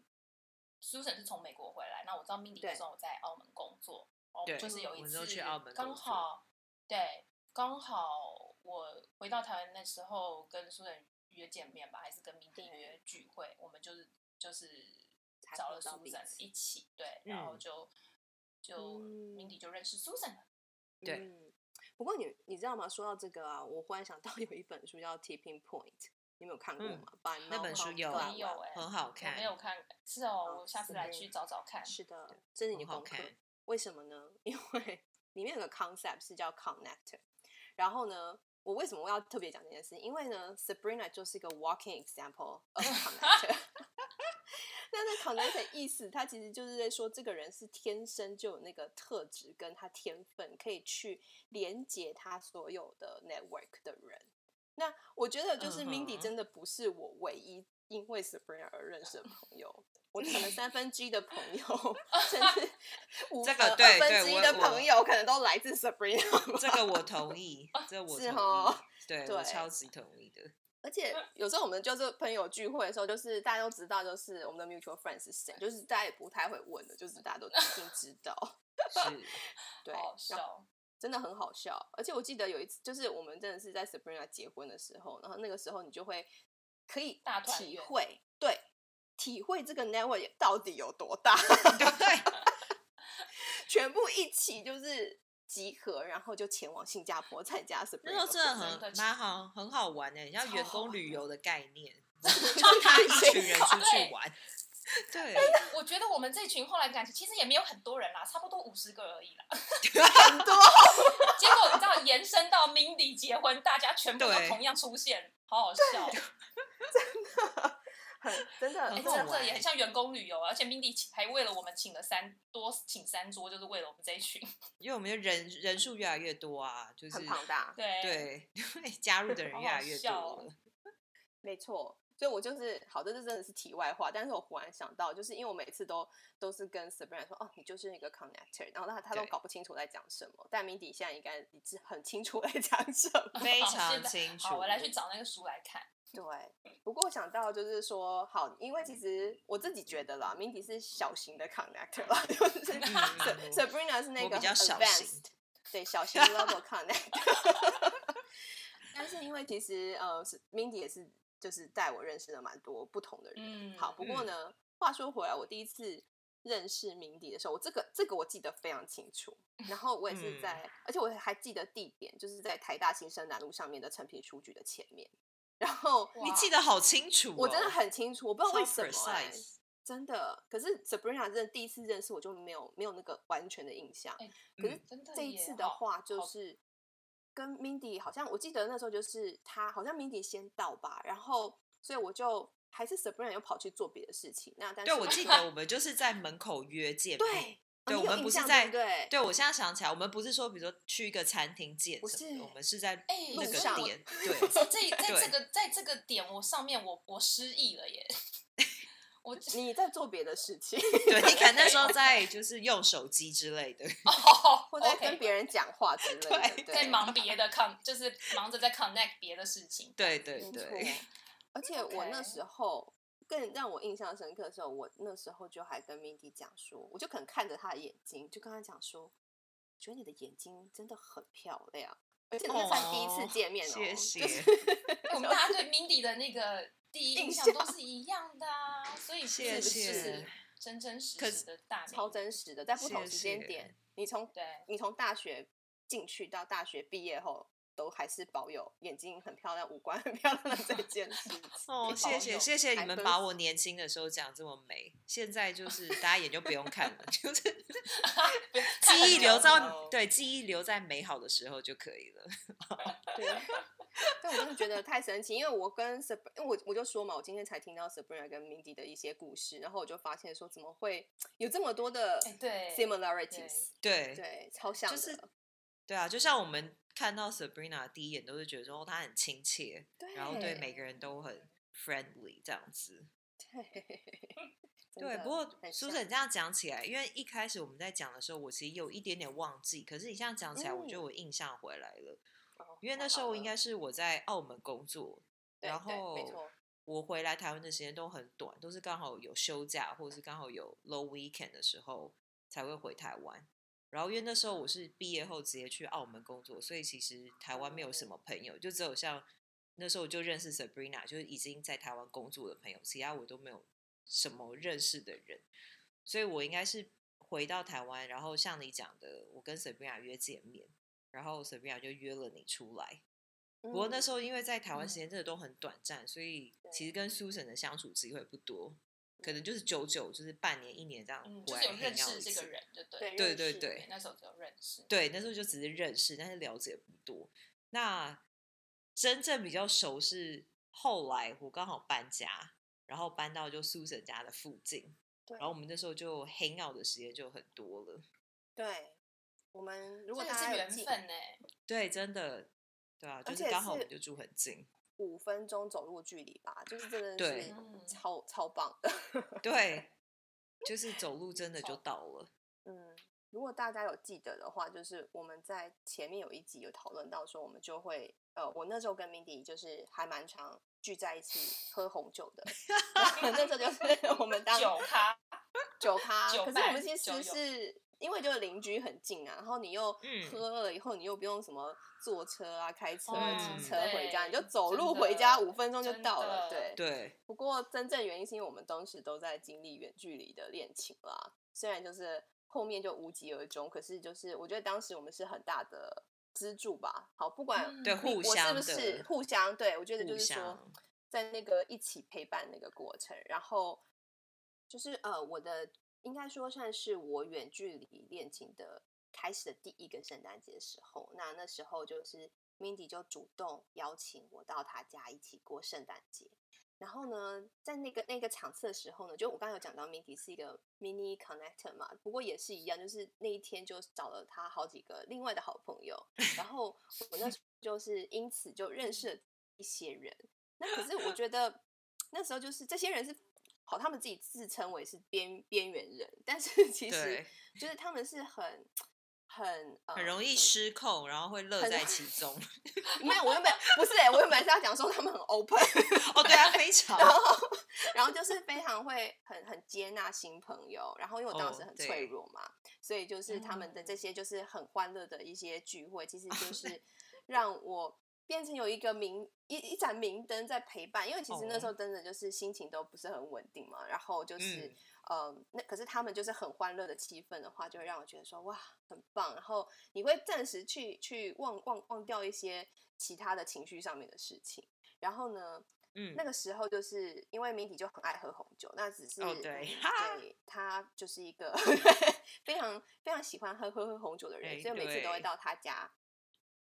Speaker 3: ，Susan 是从美国回来，那我知道 Mindy
Speaker 1: 对
Speaker 3: 那时候我在澳门工作，哦，
Speaker 2: 对
Speaker 3: 就是有一
Speaker 2: 嗯我
Speaker 3: 次
Speaker 2: 都去澳门
Speaker 3: 刚
Speaker 2: 工作
Speaker 3: 好对，刚好我回到台湾那时候跟 Susan 约见面吧，还是跟 Mindy
Speaker 1: 对
Speaker 3: 约聚会，我们就是就是
Speaker 1: 才
Speaker 3: 找
Speaker 1: 碰
Speaker 3: 了
Speaker 1: 到彼
Speaker 3: Susan
Speaker 1: 此
Speaker 3: 一起，对，然后
Speaker 2: 嗯
Speaker 3: 就就
Speaker 1: 嗯
Speaker 3: Mindy 就认识 Susan 了。
Speaker 2: 对
Speaker 1: 嗯不过你你知道吗？说到这个啊，我忽然想到有一本书叫《Tipping Point》，你们有看过
Speaker 2: 嗯
Speaker 1: 吗？By
Speaker 2: 那
Speaker 1: Malcolm
Speaker 2: 本书有
Speaker 1: Gladwell
Speaker 2: 啊
Speaker 3: 没有哎、
Speaker 2: 很好
Speaker 3: 我
Speaker 2: 看
Speaker 3: 没。有看，是哦，
Speaker 1: 嗯
Speaker 3: 我下
Speaker 1: 是
Speaker 3: 次来
Speaker 1: 的
Speaker 3: 去找找看。
Speaker 1: 是的，这是你
Speaker 2: 很好
Speaker 1: 功课
Speaker 2: 看。
Speaker 1: 为什么呢？ 因为里面有个 concept 是叫 connector。然后呢，我为什么我要特别讲这件事？因为呢，Sabrina 就是一个 walking example of connector。那这 connector 意思，它其实就是在说，这个人是天生就有那个特质，跟他天分可以去连接他所有的 network 的人。那我觉得就是
Speaker 2: 嗯哼
Speaker 1: Mindy 真的不是我唯一因为 Sabrina 而认识的朋友，我可能三分之一的朋 友，甚至五
Speaker 2: 这个
Speaker 1: 呃
Speaker 2: 对
Speaker 1: 二分
Speaker 2: 对
Speaker 1: 之一
Speaker 2: 我
Speaker 1: 的
Speaker 2: 我
Speaker 1: 朋友，可能都来自 Sabrina 吧。
Speaker 2: 这个我同意，这个我
Speaker 1: 是
Speaker 2: 同意，
Speaker 1: 哦
Speaker 2: 对
Speaker 1: 对
Speaker 2: 我超级同意的。
Speaker 1: 而且有时候我们就是朋友聚会的时候，就是大家都知道，就是我们的 mutual friend 是谁，就是大家也不太会问的，就是大家都已经知 道。
Speaker 2: 是，
Speaker 1: 对，然
Speaker 3: 好
Speaker 1: 后
Speaker 3: 笑。
Speaker 1: 真的很好笑。而且我记得有一次，就是我们真的是在 Sabrina 结婚的时候，然后那个时候你就会可以
Speaker 3: 大团
Speaker 1: 体
Speaker 3: 圆
Speaker 1: 会，对，体会这个 network 到底有多大，
Speaker 2: 对，
Speaker 1: 全部一起就是集合，然后就前往新加坡参加 Sabrina
Speaker 2: 那时候真的
Speaker 1: 婚礼
Speaker 2: 很蛮好，很好玩的，像员工旅游的概念，
Speaker 1: 就
Speaker 2: 大
Speaker 1: 是
Speaker 2: 一群人出去玩。对，
Speaker 3: 我觉得我们这群后来感情其实也没有很多人啦，差不多五十个 而已啦。
Speaker 1: 很多，
Speaker 3: 结果你知道延伸到 Mindy 结婚，大家全部都
Speaker 2: 对
Speaker 3: 同样出现，好好笑。哦
Speaker 1: 很真的
Speaker 2: 很
Speaker 3: 哎，
Speaker 1: 真
Speaker 2: 好
Speaker 1: 的
Speaker 3: 这这
Speaker 2: 玩
Speaker 3: 也很像员工旅游啊，而且 Mindy 请还为了我们请了三多请三桌，就是为了我们这一群。
Speaker 2: 因为我们的人人数越来越多啊，就是
Speaker 1: 很庞大，
Speaker 3: 对，
Speaker 2: 对， 加入的人
Speaker 3: 好
Speaker 2: 越
Speaker 3: 好
Speaker 2: 来越
Speaker 3: 笑
Speaker 2: 多
Speaker 3: 哦
Speaker 2: 了。
Speaker 1: 没错。所以我就是好的，这真的是题外话。但是我忽然想到，就是因为我每次都都是跟 Sabrina 说，哦，你就是那个 connector，然后他他都
Speaker 2: 对
Speaker 1: 搞不清楚在讲什么。但 Mindy 现在应该是很清楚 在讲什 么。
Speaker 2: 非
Speaker 3: 好
Speaker 2: 常
Speaker 3: 现在
Speaker 2: 清楚。
Speaker 3: 好，我来去找那个书来看。
Speaker 1: 对，不过我想到就是说，好，因为其实我自己觉得啦，Mindy 是小型的 connector 啦， 就是
Speaker 2: 嗯 嗯
Speaker 1: Sa- Sabrina 是那
Speaker 2: 我
Speaker 1: 个
Speaker 2: 比较
Speaker 1: 很
Speaker 2: 小
Speaker 1: advanced，
Speaker 2: 型
Speaker 1: 对，小型 level connector。但是因为其实呃是，Mindy 也是就是带我认识了蛮多不同的人。
Speaker 3: 嗯，
Speaker 1: 好，，不过呢，话说回来，我第一次认识明迪的时候，我这个这个我记得非常清 楚。然后我也是
Speaker 2: 嗯
Speaker 1: 在，而且我还记得地点，就是在台大新生南路上面的成品书局的前面。然后
Speaker 3: 哇
Speaker 2: 你记得好清楚、哦，
Speaker 1: 我真的很清楚，我不知道
Speaker 2: 超
Speaker 1: 为什么、哎
Speaker 2: precise
Speaker 1: 真的。可是 Sabrina 真的第一次认识我就没有没有那个完全的印象。
Speaker 3: 哎
Speaker 1: 可是
Speaker 2: 嗯
Speaker 3: 真的
Speaker 1: 这一
Speaker 3: 耶
Speaker 1: 次的
Speaker 3: 好
Speaker 1: 话，就
Speaker 3: 好
Speaker 1: 是跟 Mindy 好像，我记得那时候就是他好像 Mindy 先到吧，然后所以我就还是 Sabrina 又跑去做别的事情。那但是
Speaker 2: 对，我记得我们就是在门口约见面。
Speaker 1: 对，啊你
Speaker 2: 对
Speaker 1: 有
Speaker 2: 我们
Speaker 1: 印
Speaker 2: 不是
Speaker 1: 象对
Speaker 2: 在
Speaker 1: 不对，
Speaker 2: 对，我现在想起来，我们不是说，比如说去一个餐厅见
Speaker 1: 不
Speaker 2: 什么的，我
Speaker 1: 是
Speaker 2: 们是在
Speaker 3: 哎
Speaker 2: 那
Speaker 1: 路
Speaker 2: 个
Speaker 1: 上
Speaker 2: 点，对，
Speaker 3: 在这 在
Speaker 2: 对
Speaker 3: 这个在这个点，我上面我我失忆 了耶，我
Speaker 1: 你在做别的事情，
Speaker 2: 对，你可能那时候在就是用手机之类的，
Speaker 3: 哦
Speaker 1: 或在
Speaker 3: OK
Speaker 1: 跟别人讲话之类的，
Speaker 2: 对
Speaker 1: 对，
Speaker 3: 在忙别的 con，就是忙着在 connect 别的事 情。
Speaker 2: 对对
Speaker 1: 没错
Speaker 2: 对，。
Speaker 1: 而且我那
Speaker 3: OK
Speaker 1: 时候更让我印象深刻的时候，我那时候就还跟 Mindy 讲说，我就可能看着她的眼睛，就跟她讲说，我觉得你的眼睛真的很漂亮。而且那算第一
Speaker 2: 哦
Speaker 1: 次见面哦，
Speaker 2: 谢
Speaker 1: 就
Speaker 2: 谢
Speaker 1: 是，
Speaker 3: 我们大家对 Mindy 的那个 第一印象都是一样的啊，所以
Speaker 2: 谢
Speaker 3: 是
Speaker 1: 谢
Speaker 3: 是真真实
Speaker 2: 可
Speaker 3: 实的大美
Speaker 1: 超
Speaker 3: 女
Speaker 1: 真实的，在不同
Speaker 2: 谢
Speaker 1: 时间
Speaker 2: 谢
Speaker 1: 点，你从
Speaker 3: 对，哎
Speaker 1: 你从大学进去到大学毕业后，都还是保有眼睛很漂亮、五官很漂亮的这件事情。
Speaker 2: 哦，谢谢
Speaker 3: 友
Speaker 2: 谢谢你
Speaker 1: 还
Speaker 2: 们
Speaker 1: 分
Speaker 2: 把
Speaker 1: 手
Speaker 2: 我年轻的时候讲这么美，现在就是大家也就不用看了， 就是
Speaker 3: 看了
Speaker 2: 记忆
Speaker 3: 就
Speaker 2: 留
Speaker 3: 好
Speaker 2: 在
Speaker 1: 了哦
Speaker 2: 对记忆留在美好的时候就可以了。
Speaker 1: 对，但我真的觉得太神奇，因为我跟 Sab，因为我我就说嘛，我今天才听到 Sabrina 跟 Mindy 的一些故事，然后我就发现说，怎么会有这么多的
Speaker 3: 哎对
Speaker 1: similarities？
Speaker 2: 对
Speaker 1: 对，超像的，
Speaker 2: 就是对啊，就像我们看到 Sabrina 第一眼都是觉得说哦她很亲切，
Speaker 1: 对，
Speaker 2: 然后对每个人都很 friendly 这样子。
Speaker 1: 真
Speaker 2: 对，
Speaker 1: 的
Speaker 2: 不过
Speaker 1: 很
Speaker 2: 苏
Speaker 1: 像
Speaker 2: 晨这样讲起来，因为一开始我们在讲的时候，我其实有一点点忘记，可是你这样讲起来，我觉得我印象回来了。
Speaker 1: 哦
Speaker 2: 因为
Speaker 1: 嗯
Speaker 2: 那
Speaker 1: 太
Speaker 2: 时
Speaker 1: 好
Speaker 2: 候应
Speaker 1: 了
Speaker 2: 该是我在澳门工作，
Speaker 1: 对
Speaker 2: 然
Speaker 1: 对没
Speaker 2: 后
Speaker 1: 错
Speaker 2: 我回来台湾的时间都很短，都是刚好有休假或者是刚好有 low weekend 的时候才会回台湾。然后因为那时候我是毕业后直接去澳门工作，所以其实台湾没有什么朋友，就只有像那时候我就认识 Sabrina，就是已经在台湾工作的朋友，其他我都没有什么认识的人，所以我应该是回到台湾，然后像你讲的，我跟 Sabrina 约见面，然后 Sabrina 就约了你出来，不过那
Speaker 1: 嗯
Speaker 3: 嗯
Speaker 2: 时候因为在台湾时间真的都很短暂，所以其实跟苏神的相处机会不多，可能就是久久就是半年一年这样
Speaker 3: 嗯，就
Speaker 2: 回
Speaker 3: 是
Speaker 2: 来
Speaker 3: 有认
Speaker 2: hang out
Speaker 3: 识
Speaker 2: 一
Speaker 3: 这个
Speaker 2: 次
Speaker 3: 人，就对
Speaker 1: 对
Speaker 3: 了
Speaker 2: 对
Speaker 1: 认
Speaker 2: 对
Speaker 1: 识
Speaker 2: 对
Speaker 3: 对，那时候只有认识，
Speaker 2: 对，那时候就只是认识，但是了解不多。那真正比较熟是后来我刚好搬家，然后搬到就苏神家的附近，
Speaker 1: 对
Speaker 2: 然后我们那时候就 hang out 的时间就很多了。
Speaker 1: 对，我们如
Speaker 3: 如
Speaker 1: 果大
Speaker 3: 是
Speaker 1: 家有
Speaker 3: 缘
Speaker 1: 记
Speaker 3: 分呢，
Speaker 2: 对，真的。对啊，
Speaker 1: 而
Speaker 2: 就是
Speaker 1: 且
Speaker 2: 刚好我
Speaker 1: 是
Speaker 2: 们就住很近，
Speaker 1: 五分钟走路距离吧，就是真的
Speaker 2: 对
Speaker 1: 是
Speaker 3: 嗯
Speaker 1: 超超棒的。
Speaker 2: 对，就是走路真的就到了。
Speaker 1: 嗯，如果大家有记得的话，就是我们在前面有一集有讨论到说，我们就会呃，我那时候跟 Mindy 就是还蛮常聚在一起喝红酒的，那时候 就是我们当
Speaker 3: 酒咖，
Speaker 1: 酒咖，
Speaker 3: 酒
Speaker 1: 可是我们
Speaker 3: 伴
Speaker 1: 其
Speaker 3: 酒
Speaker 1: 实
Speaker 3: 友
Speaker 1: 是因为就是邻居很近啊，然后你又
Speaker 2: 嗯
Speaker 1: 喝了以后，你又不用什么坐车啊、开车、
Speaker 2: 嗯
Speaker 1: 骑车回家，你就
Speaker 3: 对
Speaker 1: 走路
Speaker 3: 真的
Speaker 1: 回家五分钟就
Speaker 3: 真
Speaker 1: 到了。
Speaker 3: 的
Speaker 1: 对，
Speaker 2: 对，
Speaker 1: 不过真正原因是因为我们当时都在经历远距离的恋情啦，虽然就是后面就无疾而终，可是就是我觉得当时我们是很大的支柱吧。好，不管
Speaker 3: 嗯
Speaker 2: 对，
Speaker 1: 你
Speaker 2: 互
Speaker 1: 我是
Speaker 2: 相
Speaker 1: 不
Speaker 2: 的，
Speaker 1: 是互相，对我觉得就
Speaker 2: 互
Speaker 1: 是说
Speaker 2: 相，
Speaker 1: 在那个一起陪伴那个过程，然后就是呃，我的应该说算是我远距离恋情的开始的第一个圣诞节时候，那那时候就是 Mindy 就主动邀请我到他家一起过圣诞节。然后呢，在那个那个场次的时候呢，就我刚刚有讲到 Mindy 是一个 mini connector 嘛，不过也是一样，就是那一天就找了他好几个另外的好朋 友，然后我那时候就是因此就认识了一些人。那可是我觉得那时候就是这些人是好，他们自己自称为是边边缘人，但 是其实
Speaker 2: 对，
Speaker 1: 就是他们是很很、呃、
Speaker 2: 很容易
Speaker 1: 怎么
Speaker 2: 失控，然后会乐
Speaker 1: 很
Speaker 2: 在
Speaker 1: 容
Speaker 2: 其 中。
Speaker 1: 没有，我原本不是、欸，我原本是要讲说他们很 open，
Speaker 2: 哦，对啊，非常
Speaker 1: 然后然后就是非常会很很接纳新朋友，然后因为我当时
Speaker 2: 哦
Speaker 1: 很
Speaker 2: 对嗯
Speaker 1: 脆弱嘛，所以就是他们的这些就是很欢乐的一些聚会，其实 就是让我变成有一个明一一盏明灯在陪伴，因为其实那时
Speaker 2: 哦
Speaker 1: 候真的就是心情都不是很稳定嘛，然后就是。
Speaker 2: 嗯
Speaker 1: 嗯，那可是他们就是很欢乐的气氛的话，就会让我觉得说哇，很棒。然后你会暂时去去忘忘忘掉一些其他的情绪上面的事情。然后呢，
Speaker 2: 嗯
Speaker 1: 那，个时候就是因为明体就很爱喝红酒，那只是
Speaker 2: 哦对
Speaker 1: 嗯
Speaker 2: 哈
Speaker 1: 对他就是一个 非常非常喜欢喝喝喝红酒的人，
Speaker 2: 哎
Speaker 1: 所以每次都会
Speaker 2: 对
Speaker 1: 到他家。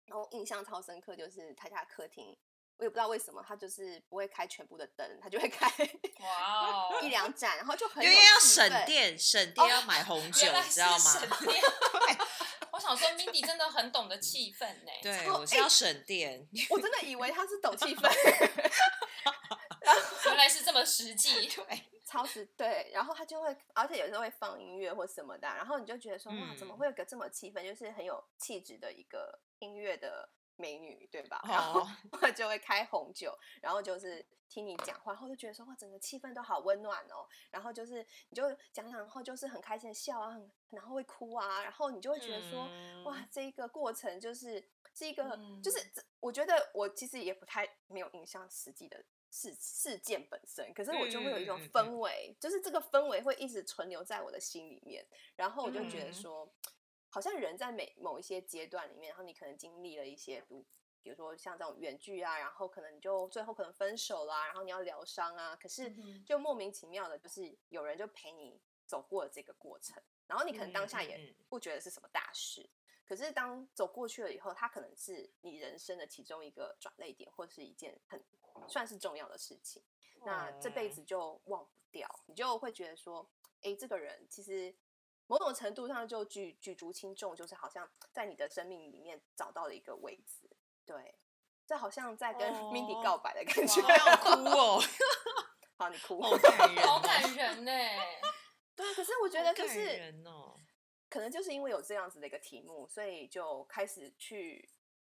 Speaker 1: 然后印象超深刻，就是他家客厅，我也不知道为什么他就是不会开全部的灯，他就会开
Speaker 3: 哇哦，
Speaker 1: 一两盏，然后就很
Speaker 2: 因为
Speaker 1: 有
Speaker 2: 要
Speaker 1: 气
Speaker 2: 省
Speaker 1: 氛
Speaker 2: 电，省
Speaker 1: 哦
Speaker 2: 电要买红酒，
Speaker 3: 原来
Speaker 2: 你知道
Speaker 3: 是省
Speaker 2: 吗？
Speaker 3: 电 我想说，Mindy 真的很懂得气氛呢、
Speaker 2: 对，
Speaker 1: 超
Speaker 2: 我是
Speaker 1: 哎
Speaker 2: 要省电。
Speaker 1: 我真的以为他是懂气氛，
Speaker 3: 原来是这么实际。
Speaker 1: 超级对。然后他就会，而且有时候会放音乐或什么的啊，然后你就觉得说，哇，怎么
Speaker 2: 嗯
Speaker 1: 会有个这么气氛，就是很有气质的一个音乐的美女，对吧？ 然后
Speaker 2: 哦，
Speaker 1: 就会开红酒，然后就是听你讲话，然后就觉得说，哇，整个气氛都好温暖哦。然后就是你就讲讲，然后就是很开心的笑啊，很然后会哭啊，然后你就会觉得说，哇
Speaker 2: 嗯，，
Speaker 1: 这一个过程就是是一个，就是
Speaker 3: 嗯
Speaker 1: 这我觉得我其实也不太没有印象实际的事事件本身，可是我就会有一种
Speaker 2: 嗯嗯嗯嗯嗯
Speaker 1: 氛围，就是这个氛围会一直存留在我的心里面，然后我就觉得
Speaker 2: 嗯
Speaker 1: 说，好像人在每某一些阶段里面，然后你可能经历了一些，比如比如说像这种远距啊，然后可能你就最后可能分手啦，然后你要疗伤啊，可是
Speaker 3: 嗯哼
Speaker 1: 就莫名其妙的，就是有人就陪你走过了这个过程，然后你可能当下
Speaker 2: 嗯嗯嗯
Speaker 1: 也不觉得是什么大事，可是当走过去了以后，它可能是你人生的其中一个转泪点，或是一件很算是重要的事情。那这辈
Speaker 2: 哦
Speaker 1: 子就忘不掉，你就会觉得说，诶，这个人其实某种程度上就举举足轻重，就是好像在你的生命里面找到了一个位置。对，这好像在跟
Speaker 2: 哦
Speaker 1: Mindy 告白的感 觉。
Speaker 2: 我嗯要哭哦，
Speaker 1: 好，你 哭。
Speaker 2: 好感人
Speaker 3: 好
Speaker 2: 哦，
Speaker 3: 感人呢、
Speaker 1: 对，可是我觉
Speaker 2: 好
Speaker 1: 得就
Speaker 2: 感
Speaker 1: 是
Speaker 2: 人哦，
Speaker 1: 可能就是因为有这样子的一个题目，所以就开始去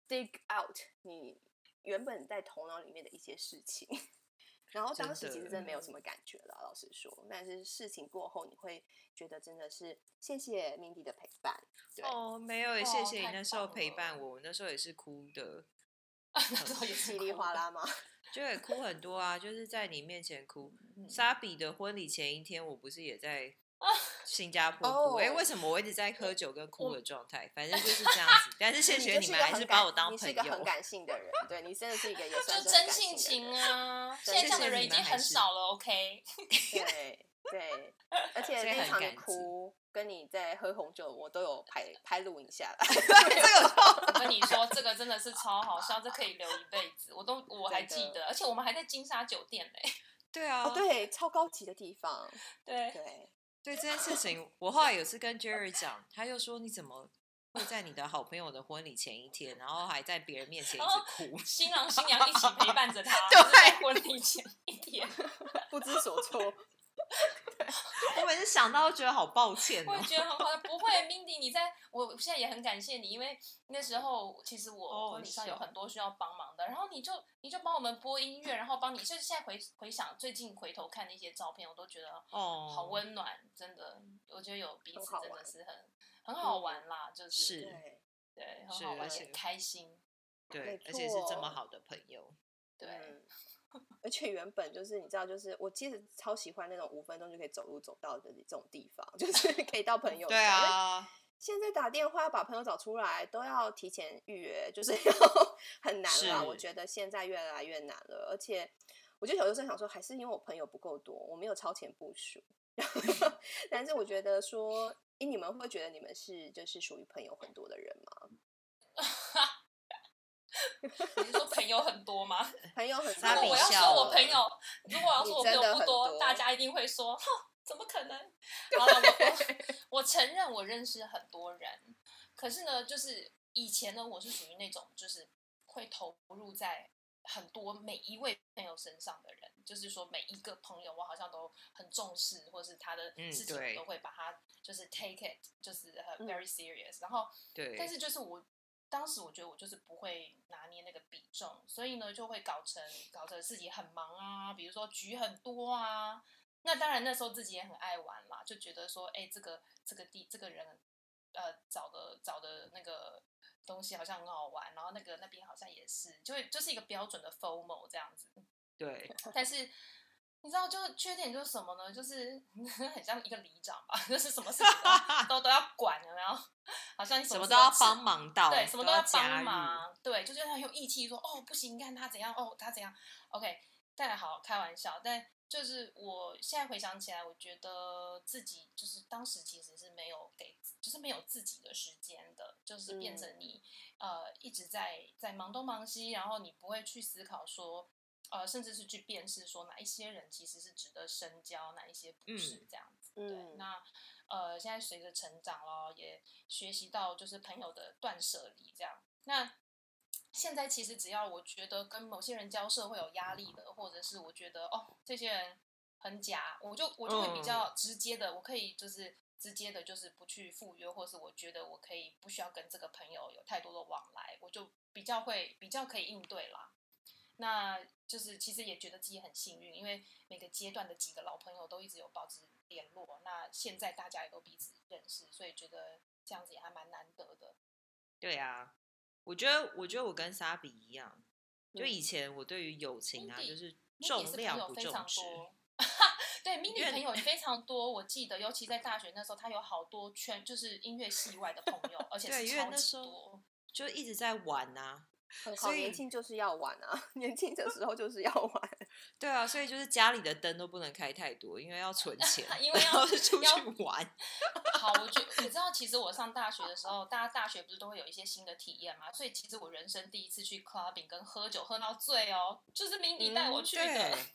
Speaker 1: dig out 你原本在头脑里面的一些事情。 然后当时其实
Speaker 2: 真的
Speaker 1: 真的没有什么感觉了，老实说。但是事情过后，你会觉得真的是谢谢 Mindy 的陪伴。对
Speaker 2: 哦，没有耶，
Speaker 3: 哦
Speaker 2: 谢谢你
Speaker 3: 太
Speaker 2: 那时候
Speaker 3: 棒
Speaker 2: 陪伴
Speaker 3: 了
Speaker 2: 我，我那时候也是哭的，
Speaker 3: 啊那时候也是
Speaker 1: 稀里
Speaker 3: 哭
Speaker 1: 哗
Speaker 3: 的，
Speaker 1: 啦吗？
Speaker 2: 就也哭很多啊，就是在你面前哭。
Speaker 3: 嗯
Speaker 2: 莎比的婚礼前一天，我不是也在新加坡哭？哎、
Speaker 1: 哦
Speaker 2: 为什么我一直在喝酒跟哭
Speaker 3: 我
Speaker 2: 的状态？反正就是这样子。但是谢谢
Speaker 1: 你
Speaker 2: 你
Speaker 1: 就
Speaker 2: 们，
Speaker 1: 个
Speaker 2: 还
Speaker 1: 很
Speaker 2: 是
Speaker 1: 感
Speaker 2: 把我当
Speaker 1: 你是
Speaker 2: 朋
Speaker 1: 一个很
Speaker 2: 友。
Speaker 1: 感性的人，对你真的是一个也算
Speaker 3: 就是
Speaker 1: 很
Speaker 3: 真
Speaker 1: 感的
Speaker 3: 性
Speaker 1: 人
Speaker 3: 情啊！现
Speaker 1: 真
Speaker 3: 在这样
Speaker 1: 性
Speaker 3: 的人已
Speaker 2: 情
Speaker 3: 经
Speaker 2: 还
Speaker 3: 很
Speaker 2: 是
Speaker 3: 少了，OK？
Speaker 1: 对对，而且
Speaker 2: 啊所以
Speaker 1: 那
Speaker 2: 很
Speaker 1: 场的
Speaker 2: 感激
Speaker 1: 哭跟你在喝红酒，我都有拍拍录影下来。
Speaker 3: 我跟你说，这个真的是超好笑，这可以留一辈子，我都我还
Speaker 1: 真的
Speaker 3: 记得，而且我们还在金沙酒店呢、
Speaker 2: 对啊，
Speaker 1: 哦， 对，超高级的地方，
Speaker 3: 对，
Speaker 1: 对，
Speaker 2: 对这件事情，我后来有次跟 Jerry 讲，他就说你怎么会在你的好朋友的婚礼前一天，然后还在别人面前一
Speaker 3: 然后
Speaker 1: 哦
Speaker 2: 直哭。
Speaker 3: 新郎新娘一起陪伴着他，
Speaker 1: 对
Speaker 3: 就是在婚礼前一天，
Speaker 1: 不知所措。
Speaker 2: 我每次想到都觉得好抱歉
Speaker 3: 我
Speaker 2: 哦
Speaker 3: 也。觉得很好笑。不会，Mindy，你在我现在也很感谢你，因为那时候其实
Speaker 2: 哦
Speaker 3: 我婚礼上
Speaker 2: 是
Speaker 3: 有很多需要帮忙的，然后你就你就帮我们播音乐，然后帮你，就是现在回回想最近回头看那些照片，我都觉得
Speaker 2: 哦，嗯
Speaker 3: 好温暖，真的，我觉得有彼
Speaker 1: 很
Speaker 3: 此
Speaker 1: 好
Speaker 3: 真的
Speaker 1: 玩
Speaker 3: 是很很好玩啦，就是
Speaker 2: 是
Speaker 1: 对，
Speaker 3: 对，
Speaker 2: 是
Speaker 3: 很好
Speaker 2: 而
Speaker 3: 玩，
Speaker 2: 且
Speaker 3: 也开心，
Speaker 2: 对
Speaker 1: 没，
Speaker 2: 而且是这
Speaker 1: 错
Speaker 2: 么好的朋友，
Speaker 3: 对，
Speaker 1: 嗯而且原本就是你知道，就是我其实超喜欢那种五分钟就可以走路走到的这种地方， 就是可以到朋友家。
Speaker 2: 对啊，
Speaker 1: 现在打电话把朋友找出来都要提前预约，就是 要很难了。
Speaker 2: 是
Speaker 1: 我觉得现在越来越难了，而且我觉得小学生想说，还是因为我朋友不够多，我没有超前部署。 但是我觉得说，诶，你们会觉得你们是就是属于朋友很多的人吗？
Speaker 3: 你是说朋友很多吗？
Speaker 1: 朋 友很
Speaker 3: 如
Speaker 2: 他
Speaker 1: 多
Speaker 2: 比
Speaker 3: 果我要
Speaker 2: 笑
Speaker 3: 说我
Speaker 2: 了
Speaker 3: 朋友，如果我要
Speaker 1: 哦你
Speaker 3: 说我朋
Speaker 1: 真
Speaker 3: 友
Speaker 1: 的
Speaker 3: 不
Speaker 1: 很
Speaker 3: 多，
Speaker 1: 多
Speaker 3: 大家一定会说，哼，怎么可能？好了，我我承认我认识很多人，可是呢，就是以前呢，我是属于那种就是会投入在很多每一位朋友身上的人，就是说每一个朋友我好像都很重视，或是他的
Speaker 2: 嗯
Speaker 3: 事情
Speaker 2: 对
Speaker 3: 我都会把他就是 take it 就是很
Speaker 1: 嗯
Speaker 3: very serious，、然后
Speaker 2: 对，
Speaker 3: 但是就是我当时我觉得我就是不会拿捏那个比重，所以呢就会搞成搞得自己很忙啊，比如说局很多啊。那当然那时候自己也很爱玩啦，就觉得说，哎、这个这个地这个人，呃，找的找的那个东西好像很好玩，然后那个那边好像也是，就会就是一个标准的 FOMO 这 样子。
Speaker 2: 对，
Speaker 3: 但是你知道，就是缺点就是什么呢？就是 很像一个里长吧， 就是什么事情都要都都要管，有没有？好像你
Speaker 2: 什
Speaker 3: 么
Speaker 2: 么
Speaker 3: 事
Speaker 2: 都要
Speaker 3: 吃
Speaker 2: 帮忙到，
Speaker 3: 对，什么
Speaker 2: 都
Speaker 3: 都要
Speaker 2: 加
Speaker 3: 帮
Speaker 2: 入，
Speaker 3: 忙，对，就是很有义气说，哦，不行，你看他怎样，哦，他怎样，OK，但好开玩笑，但就是我现在回想起来，我觉得自己就是当时其实是没有给，就是没有自己的时间的，就是变
Speaker 2: 嗯
Speaker 3: 成你、呃一直在在忙东忙西，然后你不会去思考说。呃，甚至是去辨识说哪一些人其实是值得深交，哪一些不是这样子。对，
Speaker 1: 嗯，
Speaker 3: 那呃，现在随着成长咯，也学习到就是朋友的断舍离这样。那现在其实只要我觉得跟某些人交涉会有压力的，或者是我觉得哦这些人很假，我就我就会比较直接的，我可以就是直接的，就是不去赴约，或是我觉得我可以不需要跟这个朋友有太多的往来，我就比较会比较可以应对啦。那就是其实也觉得自己很幸运，因为每个阶段的几个老朋友都一直有保持联络。那现在大家也都彼此认识，所以觉得这样子也还蛮难得的。
Speaker 2: 对啊，我觉得，我觉得我跟莎比一样，就
Speaker 1: 嗯
Speaker 2: 以前我对于友情啊，
Speaker 3: Mindy-
Speaker 2: 就是
Speaker 3: 你也
Speaker 2: 重
Speaker 3: 是朋
Speaker 2: 量
Speaker 3: 友
Speaker 2: 不
Speaker 3: 非
Speaker 2: 重
Speaker 3: 常
Speaker 2: 视，
Speaker 3: 多。 对
Speaker 2: 因为
Speaker 3: ，mini 朋友非常多，我记得，尤其在大学那时候，他有好多圈，就是音乐系外的朋友，而且
Speaker 2: 对
Speaker 3: 是
Speaker 2: 因为
Speaker 3: 超
Speaker 2: 那
Speaker 3: 级
Speaker 2: 时候
Speaker 3: 多。
Speaker 2: 就一直在玩啊，
Speaker 1: 很好，
Speaker 2: 所以
Speaker 1: 年轻就是要玩啊， 年轻的时候就是要玩。
Speaker 2: 对啊，所以就是家里的灯都不能开太多，因为要 存钱，
Speaker 3: 因为
Speaker 2: 然
Speaker 3: 要
Speaker 2: 后是出
Speaker 3: 要
Speaker 2: 去玩，
Speaker 3: 好，我觉你知道，其实我上大学的时候，大家大学不是都会有一些新的体验嘛？所以其实我人生第一次去 clubbing 跟喝酒喝到醉哦，就是明迪带我去的。
Speaker 2: 嗯对。